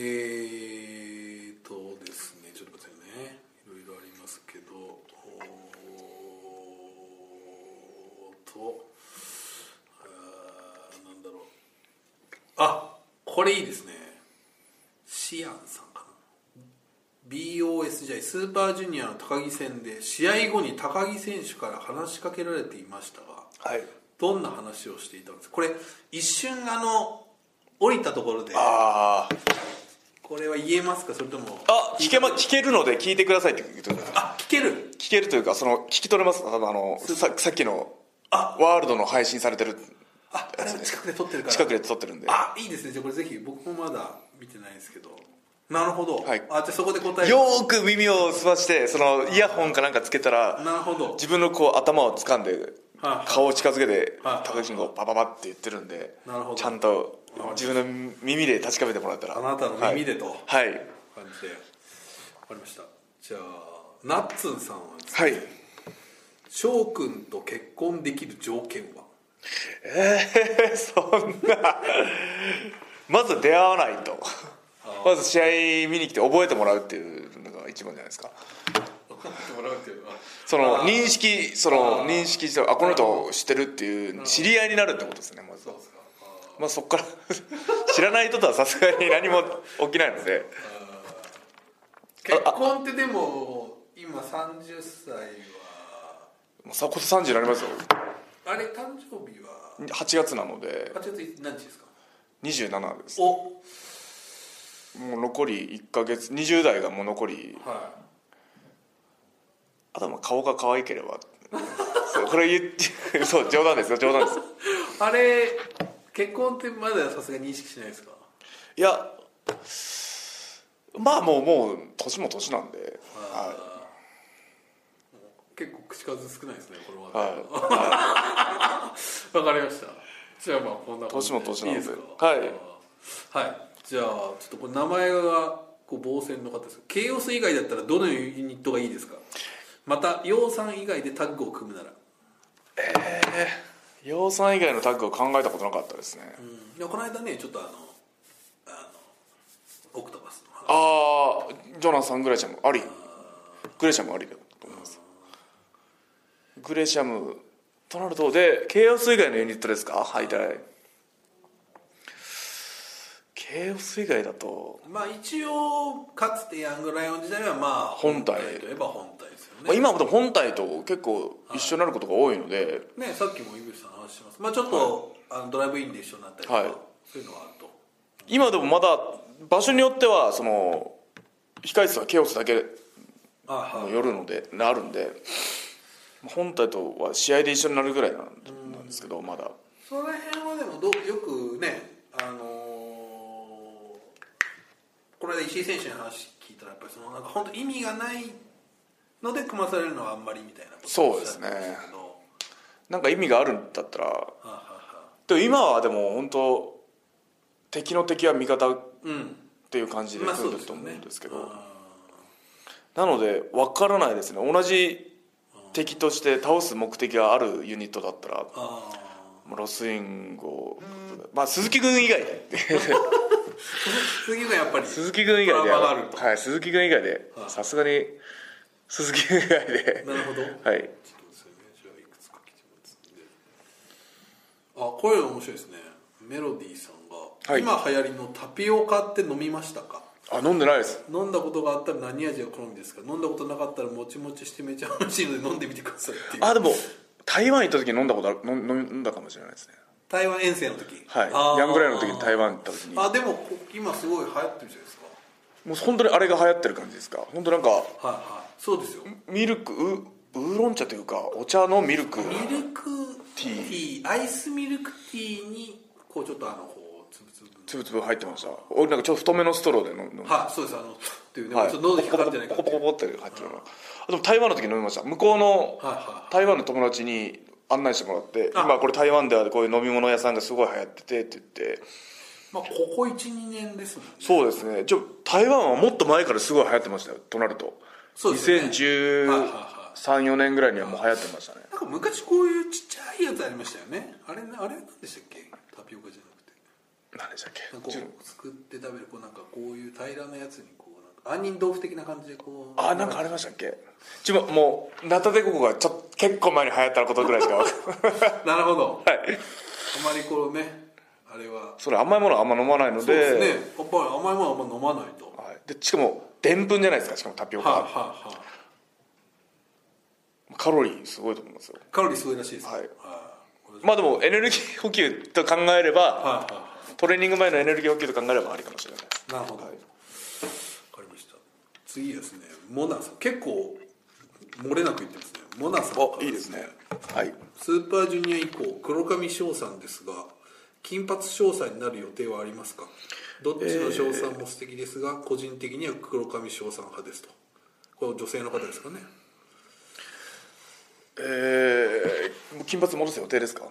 ーっとですねちょっと待ってねいろいろありますけどおーっとあーなんだろうあこれいいですねシアンさんかな BOSJ スーパージュニアの高木戦で試合後に高木選手から話しかけられていましたがはいどんな話をしていたんですかこれ一瞬あの降りたところであーこれは言えますかそれともあ聞けま聞けるので聞いてくださいって言ってくださいあ聞ける聞けるというかその聞き取れますあのあのささっきのあワールドの配信されてるああれは近くで撮ってるから近くで撮ってるんであいいですねじゃあこれぜひ僕もまだ見てないですけどなるほど、はいあじゃあそこで答えよーく耳を澄ましてそのイヤホンかなんかつけたらなるほど自分のこう頭を掴んではい顔を近づけてはい高木慎吾をバババって言ってるんでなるほどちゃんと自分の耳で確かめてもらえたらあなたの耳でとはいはい感じでわかりましたじゃあナッツンさんはですねはい翔くんと結婚できる条件はえー そんなまず出会わないとまず試合見に来て覚えてもらうっていうのが一番じゃないですかその認識その認識してあこの人知ってるっていう知り合いになるってことですねまずそうですかあまあそこから 知らない人とはさすがに何も起きないので結婚ってでも今30歳はもうさ今年30になりますよあれ誕生日は8月なので8月何日ですか27ですおもう残り1か月20代がもう残りはあとはまあ顔が可愛ければそうこれ言って そう冗談ですよ冗談ですいあれ結婚ってまださすがに認識しないですかいやまあもうもう年も年なんで、は結構口数少ないですねこれいははい、わかりましたじゃあまあこんな感じ年も年なんでいいですかはいあーはいじゃあちょっとこれ名前がこう防戦の方ですが慶応戦以外だったらどのユニットがいいですかまた陽さん以外でタッグを組むなら、洋さん以外のタッグを考えたことなかったですね、うん、この間ねちょっとあのあのオクトパスの話ああジョナサン・グレシャムありグレシャムありだと思いますグレシャムとなるとでケイオス以外のユニットですかはいだいケイオス以外だと、まあ一応かつてヤングライオン時代はまあ本体といえば本体ですよねまあ、今もでも本体と結構一緒になることが多いので、ね、さっきも井口さんの話します、まあ、ちょっと、あのドライブインで一緒になったりとか、はいそういうのがあると今でもまだ場所によってはその控室はケイオスだけあはの夜のでなるんで本体とは試合で一緒になるぐらいなんなんですけどまだその辺はでもどうよくねあのーこの間石井選手の話聞いたらやっぱりそのなんか本当意味がないので組まされるのはあんまりみたいなことをそうですねおっしゃってましたけどなんか意味があるんだったらはあはでも今はでも本当敵の敵は味方っあはあうんていう感じでまあ組そんうででるすとよ思うんねですけど、あなので分からないですね同じ敵として倒す目的があるユニットだったらーあまあロスインゴ、まあ、鈴木軍以外でー次がやっぱり鈴木軍以外トでラウマがあるとはい、鈴木軍以外ではいさすがに鈴木軍以外でなるほどはいちょっとですねじゃあいくつか来てますんであこういうの面白いですねメロディーさんが、はい今流行りのタピオカって飲みましたかあ飲んでないです飲んだことがあったら何味が好みですか飲んだことなかったらもちもちしてめちゃ美味しいので飲んでみてくださいっていうあでも台湾行った時に飲んだことある飲ん飲んだかもしれないですね台湾遠征の時あはいーヤングライオンの時に台湾行った時にあでもこ今すごい流行ってるじゃないですかもう本当にあれが流行ってる感じですか本当なんかはいはいそうですよミルクウウーロン茶というかお茶のミルクミルクティィーーアイスミルクティーにこうちょっとあのこうつぶつぶつぶつぶ入ってました俺なんかちょっと太めのストローで飲むはいそうですあのっていうね、はいちょっと喉引っかかるんじゃないかポっコてポコポコポコって入ってるのあでも台湾の時飲みました向こうのはいは台湾の友達に案内してもらってあ今これ台湾ではこういう飲み物屋さんがすごい流行っててって言ってまあここ12年ですもんねそうですねちょ台湾はもっと前からすごい流行ってましたよとなるとそうですよねはいはいは2013年ぐらいにはもう流行ってましたねなんか昔こういうちっちゃいやつありましたよねあれなあれなんでしたっけタピオカじゃなくて何でしたっなんけかこうすくって食べるこうなんかこういう平らなやつにこうなんか杏仁豆腐的な感じでこうあなんかありましたっけちょもうナタデココがちょ結構前に流行ったことぐらいしかはい なるほどあまりこうねあれはそれ甘いものはあんま飲まないのそうでですねやっぱり甘いものはあんま飲まないとははい、でしかもでんぷんじゃないですかしかもタピオいカ、はいはいカロリーすごいと思いますよカロリーすごいらしいですはいはいまあでもエネルギー補給と考えれば、はいはいはトレーニング前のエネルギー補給と考えればありかもしれないいなるほど、はわいかりました次ですねモナさん結構漏れなく言ってますねモナさんからあいいですねはいスーパージュニア以降黒髪翔さんですが金髪翔さんになる予定はありますかどっちの翔さんも素敵ですが、個人的には黒髪翔さん派ですとこれは女性の方ですかねえー、もう金髪戻す予定ですかは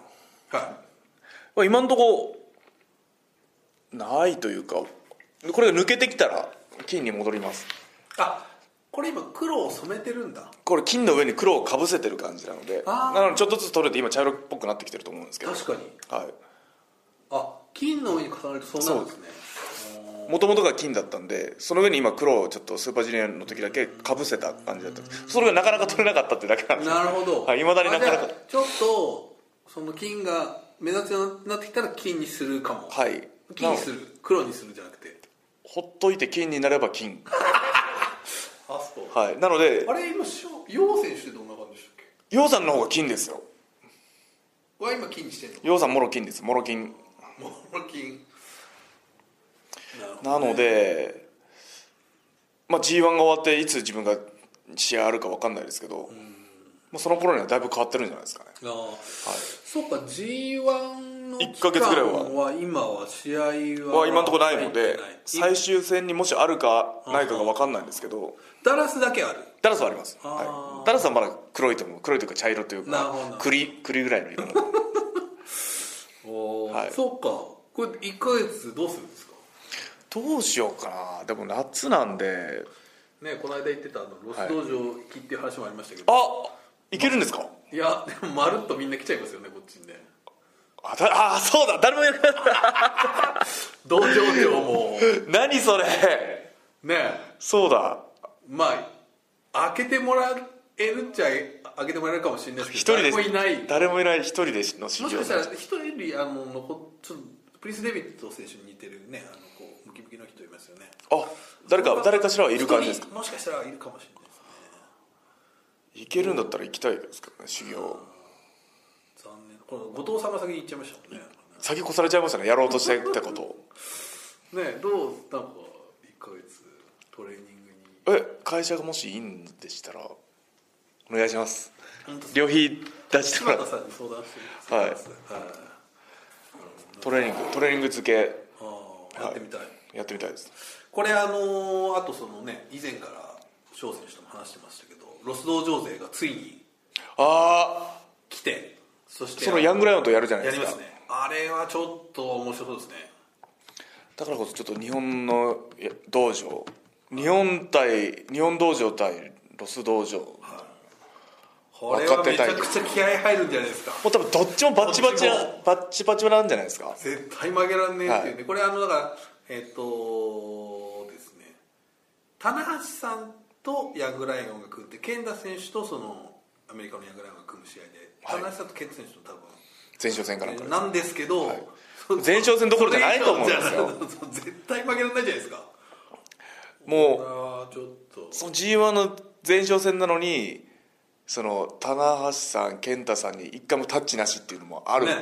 まあ今のとこないというかこれが抜けてきたら金に戻りますいあこれ今黒を染めてるんだこれ金の上に黒をかぶせてる感じなのであなーのでちょっとずつ取れて今茶色っぽくなってきてると思うんですけど確かにはいあ金の上に重ねるとそうなんですねもともとが金だったんでその上に今黒をちょっとスーパージュニアの時だけかぶせた感じだったんですそれがなかなか取れなかったってだけなんですなるほどはい未だになかなかあじゃあちょっとその金が目立つようになってきたら金にするかも、はい金にする黒にするじゃなくてほっといて金になれば金あそうはいなのであれ今翔楊選手ってどんな感じでしたっけ洋さんの方が金ですよは今金にしてんの洋さんもろ金ですもろ金モロ金なるほどなので、まあ、g 1が終わっていつ自分が試合あるか分かんないですけど、まあ、その頃にはだいぶ変わってるんじゃないですかねああそっか G1 の一ヶ月ぐらいは期間今は試合はは今のところないの入っでてない最終戦にもしあるかないかが分かんないんですけどダラスだけあるダラスはあります、あーはい、ダラスはまだ黒いと思う黒いというか茶色というなるほかど 栗栗ぐらいの色のおはいそっかこれ1か月どうするんですかどうしようかなでも夏なんでねこの間言ってたあのロス道場行きっていう話もありましたけど、あいけるんですかい、やでもまるっとみんな来ちゃいますよねこっちにねあだ あそうだ誰もいなくなった道場長も 何それねそうだまあ開けてもらえるっちゃ開けてもらえるかもしれないです一けど人で誰もいない誰もいない一人での修もし行かしたら一人よりあの残っちょっとプリンス・デビッド選手に似てるねあのこうムキムキの人いますよねあ誰か誰かしらはいる感じですか一人もしかしたらいるかもしれないですね行けるんだったら行きたいですけどね修行残念この後藤さんが先に行っちゃいましたもんね先越されちゃいましたねやろうとしてたことをねどうなんか1か月トレーニングにえ会社がもしいいんでしたらお願いします本当旅費出し柴たら 田さんに相談してはいみますはい、トレーニングトレーニング付けあーやってみたい、やってみたいですこれあのーあとそのね以前から翔選手とも話してましたけどロス道場勢がついにああ来てそしてそのヤングライオンとやるじゃないやでりすまかすねあれはちょっと面白そうですねだからこそちょっと日本のや道場日本対日本道場対ロス道場もこれは若手めち対ゃくちゃ気合い入るんじゃないですかう多分どっちもバッチバチなどっバッチバチなんじゃないですか絶対曲げらんねえっていうね、はこれあのだからえっ、とですね棚橋さんとヤングライオンが組んで健太選手とそのアメリカのヤングライオンが組む試合ではい棚橋さんと健太選手と多分、前哨戦かなんかですなんですけど、前哨戦どころじゃないと思うんですよそれ以上じゃない絶対負けられないじゃないですかもうああちょっとその G1 の前哨戦なのにその棚橋さん健太さんに一回もタッチなしっていうのもある、ね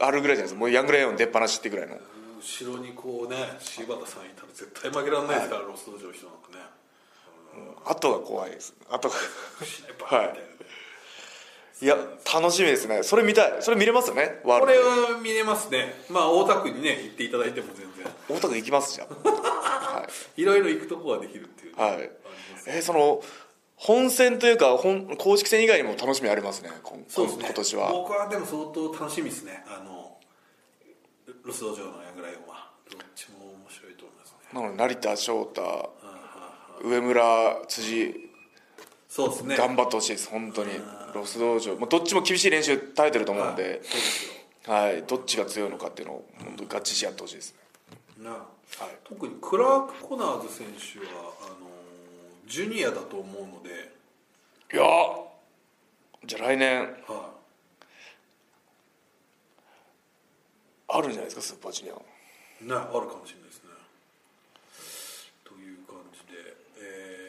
あるぐらいじゃないですかもうヤングライオン出っ放しってぐらいの後ろにこうね柴田さんいたら絶対負けられないですから、ロス道場の人なんかね後が怖いです後がしないばーみたいなね、いや楽しみですねそれ見たいそれ見れますよねワーこルドれでは見れますねまあ大田区にね行っていただいても全然大田区行きますじゃんはいろいろ行くとこはできるっていうね、い、はありいます、えーその本戦というか本公式戦以外にも楽しみありますねこんそうですね今年は僕はでも相当楽しみですねあのロス道場のヤングライオンはどっちも面白いと思いますねなので成田翔太うんうんう上ん村辻そうですね頑張ってほしいです本当にロス道場、まあ、どっちも厳しい練習耐えてると思うんはいそうで、ですよはいどっちが強いのかっていうのを本当に合致し合ってほしいですねなあはい特にクラーク・コナーズ選手はあのジュニアだと思うので、いやーじゃあ来年はあるんじゃないですかスーパージュニアい、ねあるかもしれないですねという感じで、え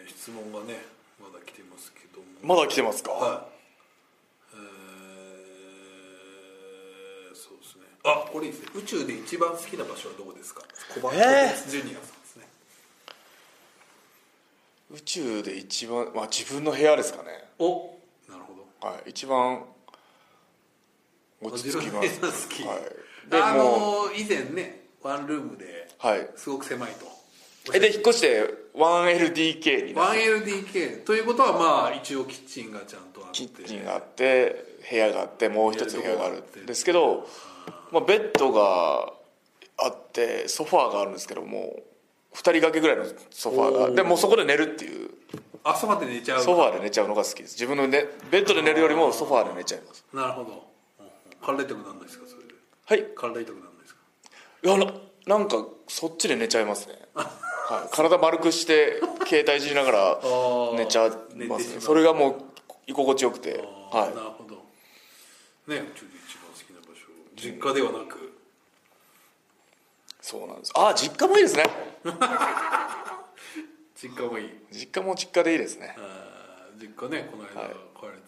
ー質問がねまだ来てますけどもまだ来てますか、はい。えーそうですね。あ、これいいですね。宇宙で一番好きな場所はどこですか。小林えジュニアさんですね。宇宙で一番、まあ、自分の部屋ですかねお、なるほど。はい一番落ち着きます自分の部屋好きはい、でで、あもうのー以前ね、ワンルームではいすごく狭いと。えで引っ越して 1LDK になって 1LDK ということはまあ一応キッチンがちゃんとあってキッチンがあって部屋があってもう一つ部屋があるんですけど、まあ、ベッドがあってソファーがあるんですけども2人掛けぐらいのソファーがでもうそこで寝るっていうあそばで寝ちゃうソファーで寝ちゃうのが好きです自分の、ね、ベッドで寝るよりもソファーで寝ちゃいますなるほどうんうん体痛くなんないですかそれではい体痛くなんないですかいやななんかそっちで寝ちゃいますね、はい、体丸くして携帯いじりながらー寝ちゃい寝まてすしまねうそれがもう居心地よくてあーはいなるほどね宇宙で一番好きな場所実家ではなくそうなんですああ実家もいいですね実家もいい実家も実家でいいですねあー実家ねこの間帰れて、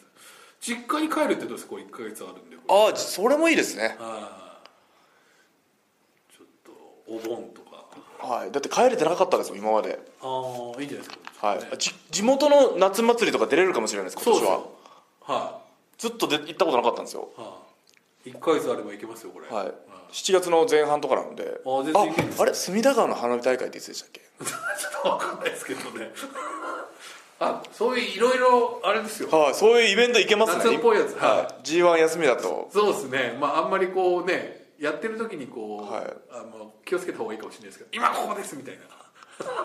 実家に帰るってどうですかこれ1か月あるんでこれああじそれもいいですねあーちょっとお盆とかはいだって帰れてなかったですもん今までああいいじゃないですかはいちょっあとねじ地元の夏祭りとか出れるかもしれないですそ今う年そうははずっとで行ったことなかったんですよいはい1か月あればいけますよこれはいうん7月の前半とかなのであ全然行けるんですああれ隅田川の花火大会っていつでしたっけちょっとわかんないですけどね あそういういろいろあれですよはいそういうイベント行けますね夏っぽいやつはい G1 休みだとそうですねまああんまりこうねやってる時にこう、はいあの気をつけた方がいいかもしれないですけど今ここですみたい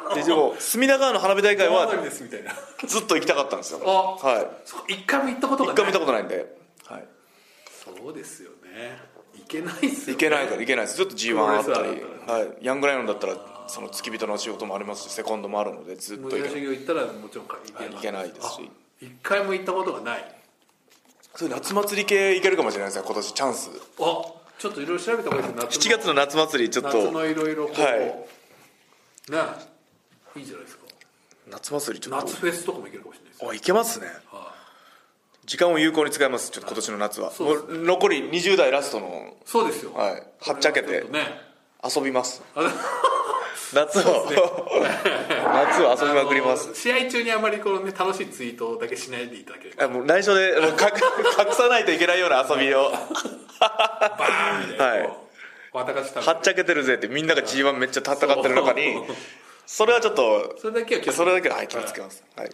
なででも隅田川の花火大会山は登りですみたいなずっと行きたかったんですよあはそこ一回も行ったこといが一な回も行っいたことないんで、はい、そうですよね行けないっすよ、ね、行けないから行けないですちょっと G1 あったプロりレスラーだったはい、ヤングライオンだったらその付き人の仕事もありますしセコンドもあるのでずっと武行け者ない修行行ったらもちろん行けない,、行けないですしあ一回も行ったことがないそう夏祭り系行けるかもしれないですね今年チャンスあちょっといろいろ調べた方がいいです7よ月の夏祭りちょっ夏の夏とのいろいろこう、はいねいいじゃないですか夏祭りちょっと夏フェスとかも行けるかもしれないですよあ行けますねはい時間を有効に使いますちょっと今年の夏はそうもですねう残り20代ラストのそうですよはいはっちゃけてこれはちょっとね遊び ますあの夏を、夏を遊びまくりますあの試合中にあまりこのね楽しいツイートだけしないでいただければあもう内緒でもう隠隠さないといけないような遊びをバーンみたいな、 はいこう私たちはっちゃけてるぜってみんなが G1 めっちゃ戦ってる中にそうそれはちょっとそれだけは気をつけそれだけははい気をつけます、はい、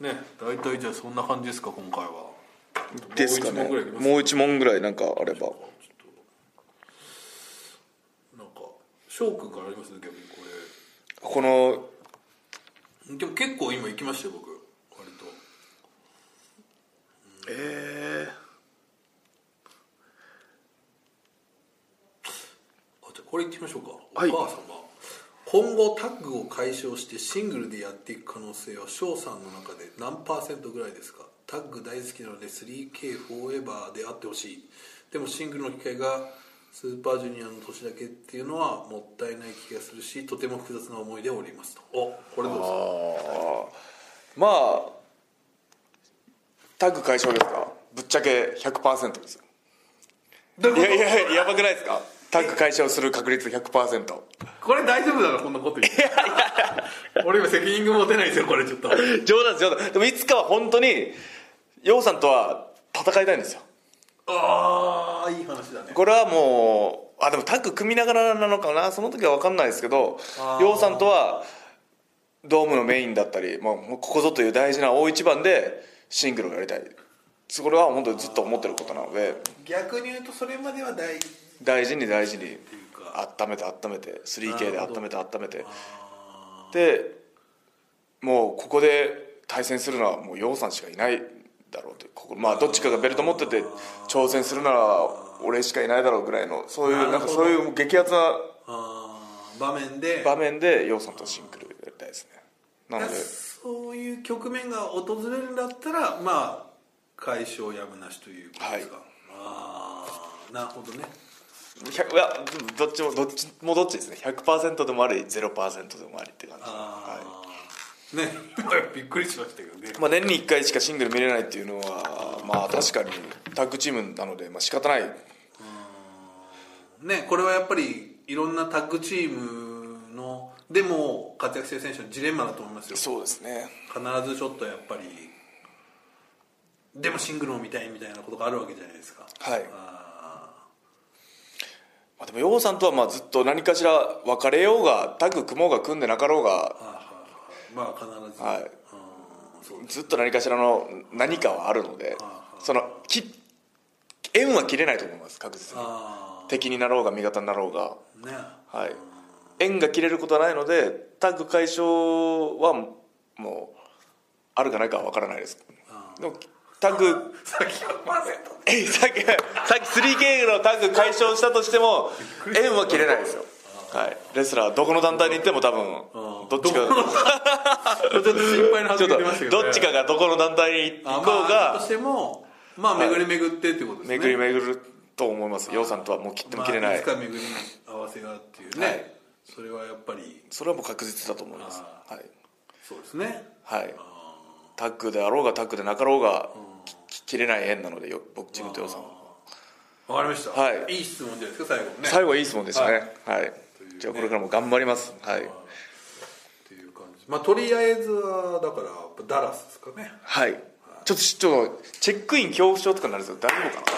ね大体じゃあそんな感じですか今回はですかねもう一問ぐらいいきますもう一問ぐらいなんかあればなんか翔くんからありますね逆にここのれでも結構今行きましたよ僕割とえあじゃあこれ行ってみましょうか、はいお母様今後タッグを解消してシングルでやっていく可能性は翔さんの中で何パーセントぐらいですかタッグ大好きなので 3K フォーエバーであってほしいでもシングルの機会がスーパージュニアの年だけっていうのはもったいない気がするしとても複雑な思いでおりますとおこれどうですかー、まあタッグ解消ですかぶっちゃけ100%ですよどういいうやこいややばくないですかタッグ解消する確率100%とこれ大丈夫だろこんなこと言って俺今責任が持てないですよこれちょっと冗談です冗談でもいつかは本当に楊さんとは戦いたいんですよああいい話だねこれはもうあでもタッグ組みながらなのかなその時は分かんないですけどあー楊さんとはドームのメインだったり、まあ、もうここぞという大事な大一番でシングルをやりたいそこれは本当にずっと思ってることなので逆に言うとそれまでは大大事に大事にいう温めて温めて 3K でなるほど温めて温めてでもうここで対戦するのはもう楊さんしかいないだろうとここまあどっちかがベルト持ってて挑戦するなら俺しかいないだろうぐらいのそういうなんかそういう激アツなあー場面で場面で楊さんとシンクルやりたいですねなのでそういう局面が訪れるんだったらまあ解消やむなしということですか、はいああなるほどね100いやどっちもどっちもどっちですね100%でもあり0%でもありって感じあはあ、ね びっくりしましたけどねいまあ、年に1回しかシングル見れないっていうのはまあ確かにタッグチームなのでまあ仕方ないねこれはやっぱりいろんなタッグチームのでも活躍してる選手のジレンマだと思いますよそうですね必ずちょっとやっぱりでもシングルも見たいみたいなことがあるわけじゃないですかはいあまあ、でも楊さんとはまあずっと何かしら別れようがタッグ組もうが組んでなかろうーが、はいはいはいまあ必ず、はいうんそうですずっと何かしらの何かはあるので、そのき縁は切れないと思います確実にあ敵になろうが味方になろうが、あねはい、縁が切れることはないのでタッグ解消はもうあるかないかは分からないですでもタッグさっき100%えさっきさっき 3K のタッグ解消したとしても縁は切れないですよはいレスラーどこの団体に行っても多分どっちかちょっと心配なちょ発っ言出ましたけとど、ね、どっちかがどこの団体に行あこまうあだとがしてもまあはい巡り巡ってっていうことですね、巡り巡ると思います楊さんとはもう切っても切れなまあ、いいつか巡り合わせがっていうね、はいそれはやっぱりそれはもう確実だと思いますはいそうですねはいタッグであろうがタッグでなかろうがき切れない縁なのでよボクチングと楊さんはわかりました、はいい質問じゃないですか最後もね最後はいい質問でしたねはいじゃあこれからも頑張りますはいっていう感じまあとりあえずはだからやっぱダラスですかねはいちょっとちょっとチェックイン恐怖症とかになるんですけど大丈夫かな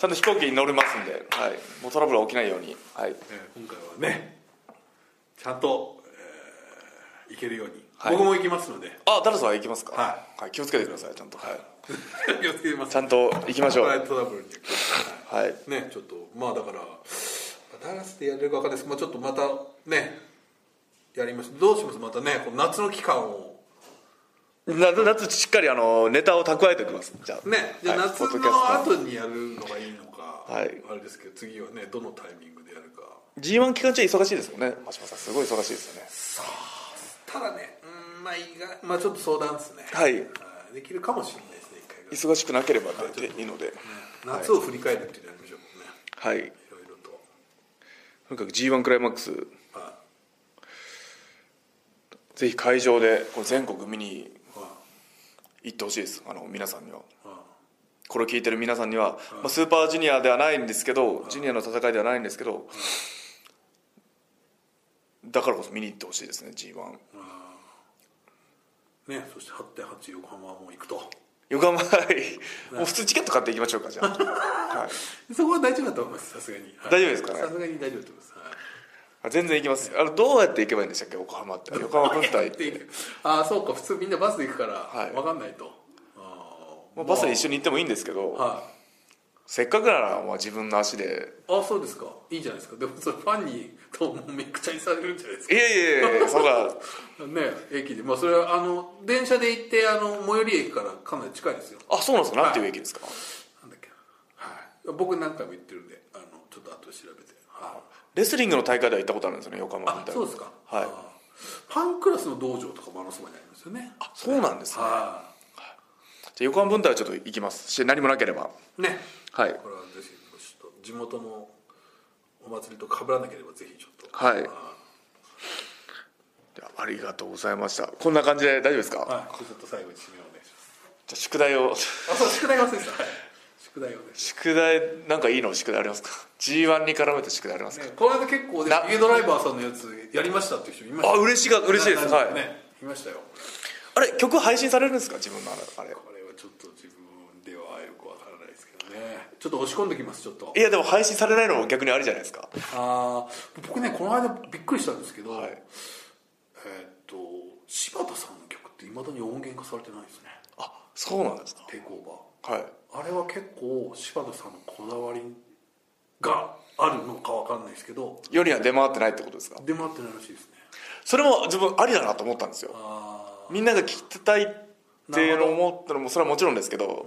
ちゃんと飛行機に乗りますんで、はい、もうトラブルは起きないように、はい、えー今回はねちゃんと、えー、いけるように、はい僕も行きますので あダラスは行きますか、はい気をつけてくださいちゃんと、はい、気をつけますちゃんと行きましょうトラブルには気をつけてくださいはいねちょっとまあだからダラスでやれるかわかんないですまあちょっとまたねやりますどうしますまたねこの夏の期間を夏夏しっかりあのネタを蓄えておきますじゃあねじゃあはい夏ポッドキャスのト後にやるのがいいのか、はいあれですけど次はねどのタイミングでやるか G1 期間中忙しいですもんね真島さんすごい忙しいですよねただねうんまあ意外まあちょっと相談ですねはいいできるかもしれないですね一回ぐらい忙しくなければでいいので夏を振り返るっていうのやりましょうもんねはいいろいろととにかく G1 クライマックスはぜひ会場でこれ全国見にいは行ってほしいですあの皆さんにはいはこれを聞いてる皆さんには、まあ、スーパージュニアではないんですけど、ジュニアの戦いではないんですけど、だからこそ見に行ってほしいですね G1 いねそして8.8横浜も行くと横浜はいもう普通チケット買っていきましょうかじ ゃあ、はいそこは大丈夫だと思いますさすがに、はい大丈夫ですかねさすがに大丈夫だと思います、はいあ、全然行きますあのどうやって行けばいいんでしたっけ横浜って横浜分隊 っていうああそうか普通みんなバスで行くから、はい分かんないとあーまあ、バスで一緒に行ってもいいんですけど、まあはいせっかくならまあ自分の足であそうですかいいじゃないですかでもそれファンにとめくちゃにされるんじゃないですいかやいやいやそんなね駅でまあそれはあの電車で行ってあの最寄り駅からかなり近いですよあそうなんですかなんていう駅ですか、なんだっけなはい僕何回も言ってるんであのちょっと後で調べてはいレスリングの大会では行ったことあるんですよね横浜あ分隊そうですかはいあーファンクラスの道場とかもあのそばにありますよねあそうなんですねはじゃあ横浜分隊はちょっと行きますし何もなければいねはいこれはぜひちょっと地元のお祭りと被らなければぜひちょっとはいあではありがとうございましたこんな感じで大丈夫ですか、ーはいちょっと最後に締めをお願いしまじゃあ宿題をすあそう宿題忘れてたはい宿題をね宿題なんかいいの宿題ありますか G1 に絡めた宿題ありますか、ねこの間結構でな家ドライバーさんのやつやりましたっていう人いましたあ嬉しいが嬉しいですなはい、ねいましたよあれ曲配信されるんですか自分のあれあれこれはちょっと自分ではよくわからないですけどねちょっと押し込んできますちょっといやでも配信されないのも逆にありじゃないですかあー僕ねこの間びっくりしたんですけど、はいえーっと柴田さんの曲っていまだに音源化されてないですねあそうなんですかテイクオーバーはいあれは結構柴田さんのこだわりがあるのかわかんないですけど世には出回ってないってことですか出回ってないらしいですねそれも自分ありだなと思ったんですよあみんなが聞きたいっていうのを思ったのもそれはもちろんですけど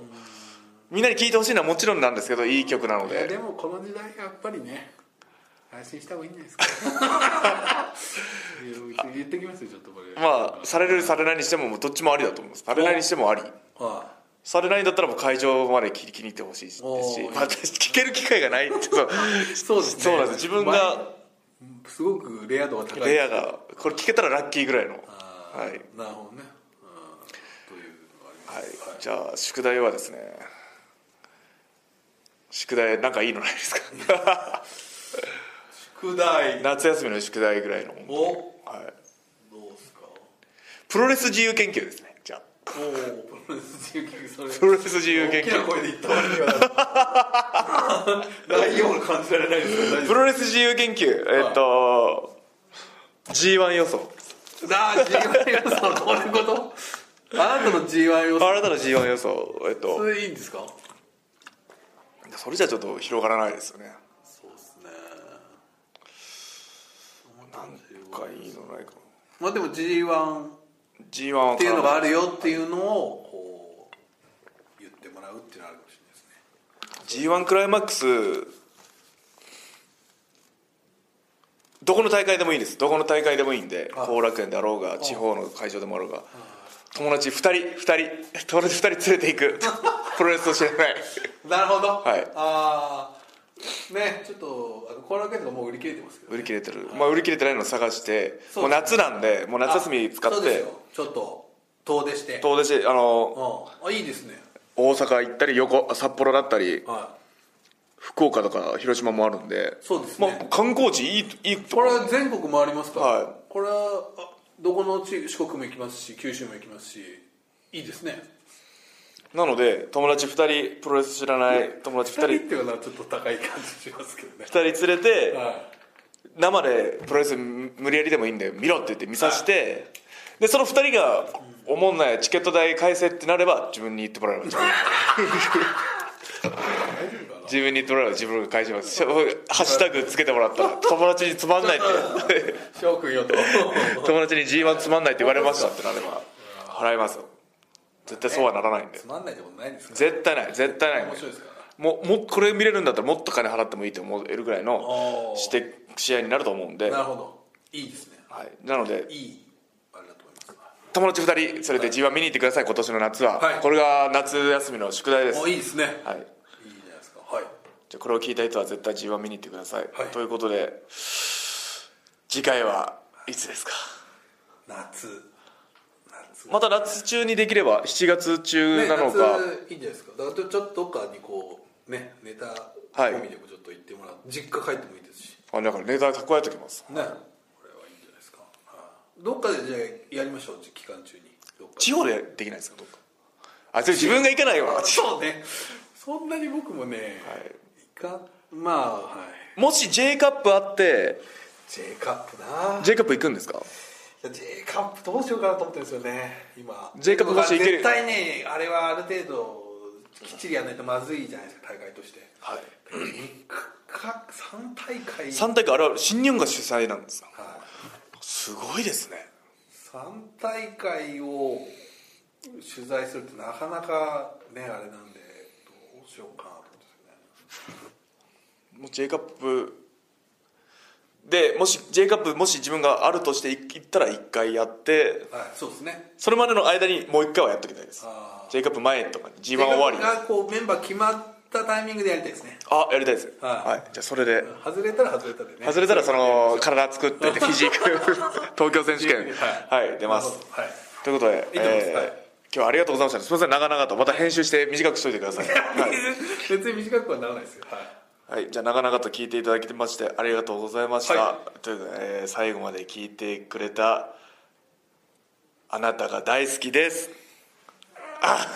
みんなに聴いてほしいのはもちろんなんですけどいい曲なのあででもこの時代やっぱりね安心した方がいいんじゃないですか いや言ってきますよちょっとこれまあされるされないにしてももうどっちもありだと思いますされないにしてもありあされないんだったらもう会場まで聞きに行ってほしいですし、おーまあ、私聞ける機会がないって そうそうですねそうなんです自分が前すごくレア度が高いレアがこれ聞けたらラッキーぐらいのあーはい、はい、なるほどね、うん、というのがあります、はいじゃあ宿題はですね宿題なんかいいのないですか 宿題ど夏休みの宿題ぐらいのおはい、うですかプロレス自由研究ですねじゃあおおプロレス自由研究それプロレス自由研大きな究声で言った割には内容が感じられないですけど大丈夫プロレス自由研究えっ、と G1 予想ああ G1 予想こういうことあなたの G1 予あ想なたの G1 予想えっ、そとれいいんですかそれじゃちょっと広がらないですよねそうですねなんかいいのないかなまあでも G1 っ G1 はていうのがあるよっていうのをこう言ってもらうっていうのはあるかもしれないですね G1 クライマックスどこの大会でもいいですどこの大会でもいいんであ後楽園であろうが地方の会場でもあろうが友達2人2人友達2人連れてい くプロレスを知らないなるほど、はいああねちょっとあの後楽園とかもう売り切れてますけど売り切れてる、まあ、売り切れてないのを探してそうもう夏なんでもう夏休み使っあそうでてすよちょっと遠出して遠出してあのうんあいいですね大阪行ったり横札幌だったりは福岡とか広島もあるんでそうですねまあ、観光地いいいいいとここれは全国回りますから、はいこれはあどこの地四国も行きますし九州も行きますしいいですねなので友達2人プロレス知らない友達二2人人っていうのはちょっと高い感じしますけど2ね人連れては生でプロレス無理やりでもいいんで見ろって言って見させてでその2人が「おもんないチケット代返せ」ってなれば自分に言ってもらえばいいんじゃないい大丈夫かなの自分に言ってもらえば自分が返しますしょハッシュタグつけてもらったら友達につまんないって翔くん よと友達に G1 つまんないって言われましたってなれば払いますよ絶対そうはならないんでつまんないってことないですから絶対ない絶対ないんで面白いですからもうもうこれ見れるんだったらもっと金払ってもいいと思えるぐらいのおーして試合になると思うんでなな,、るほどいいですねはい、なのでいいあれだと思います友達2人それで G1 見に行ってください今年の夏は、はいこれが夏休みの宿題ですおいいですね、、はいいいじゃないですかはいじゃあこれを聞いた人は絶対 G1 見に行ってください、はいということで次回はいつですか夏夏また夏中にできれば7月中ねなのか、夏いいんじゃないですかだからちょっとどっかにこうねネタはい込みでもちょっと行ってもらう、実家帰ってもいいですしあだからネタ蓄えときますねこれはいいんじゃないですか、はいどっかでじゃあやりましょう期間中にどっかで地方でできないですかどっかあそれ自分が行かないわ そうねそんなに僕もね、い、かまあはいもし J カップあって J カップな J カップ行くんですか J カップどうしようかなと思ってるんですよね今 J カップもしいける絶対ねあれはある程度きっちりやらないとまずいじゃないですか大会としてはい3か三大会3大会あれは新日本が主催なんですかはいすごいですね三大会を取材するってなかなかねあれなんでどうしようかなと思ってもう J カップでもし J カップもし自分があるとして行ったら1回やってたんですよねはいそうですねそれまでの間にもう1回はやっときたいですあ J カップ前とかに G1 終わりにがこうメンバー決まったタイミングでやりたいですねあやりたいですはいはいじゃあそれで外れたら外れたでね外れたらその体作って フィジーク東京選手権はい出ますはいということで、いいと思いますえーはい今日はありがとうございました。すみません、長々と。また編集して短くしといてください。は別に短くはならないですよはいい、はい、じゃあ長々と聞いていただきましてありがとうございました。はということで、えー最後まで聞いてくれたあなたが大好きです。 あ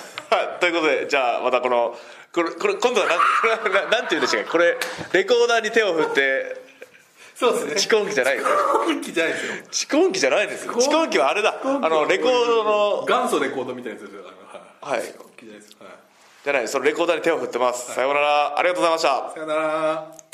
ということで、じゃあまたこの、これ、これ今度はなん これななんて言うんでしたっけこれ、レコーダーに手を振って、そうです蓄音機じゃないよね。飛行機じゃないですよ蓄音機じゃないですよ。蓄蓄音機はあれだ。あの、レコードの、元祖レコードみたいなやつですよあのはい飛行機じゃないですよはいじゃない、そのレコーダーに手を振ってます。さようなら、ありがとうございました。さよなら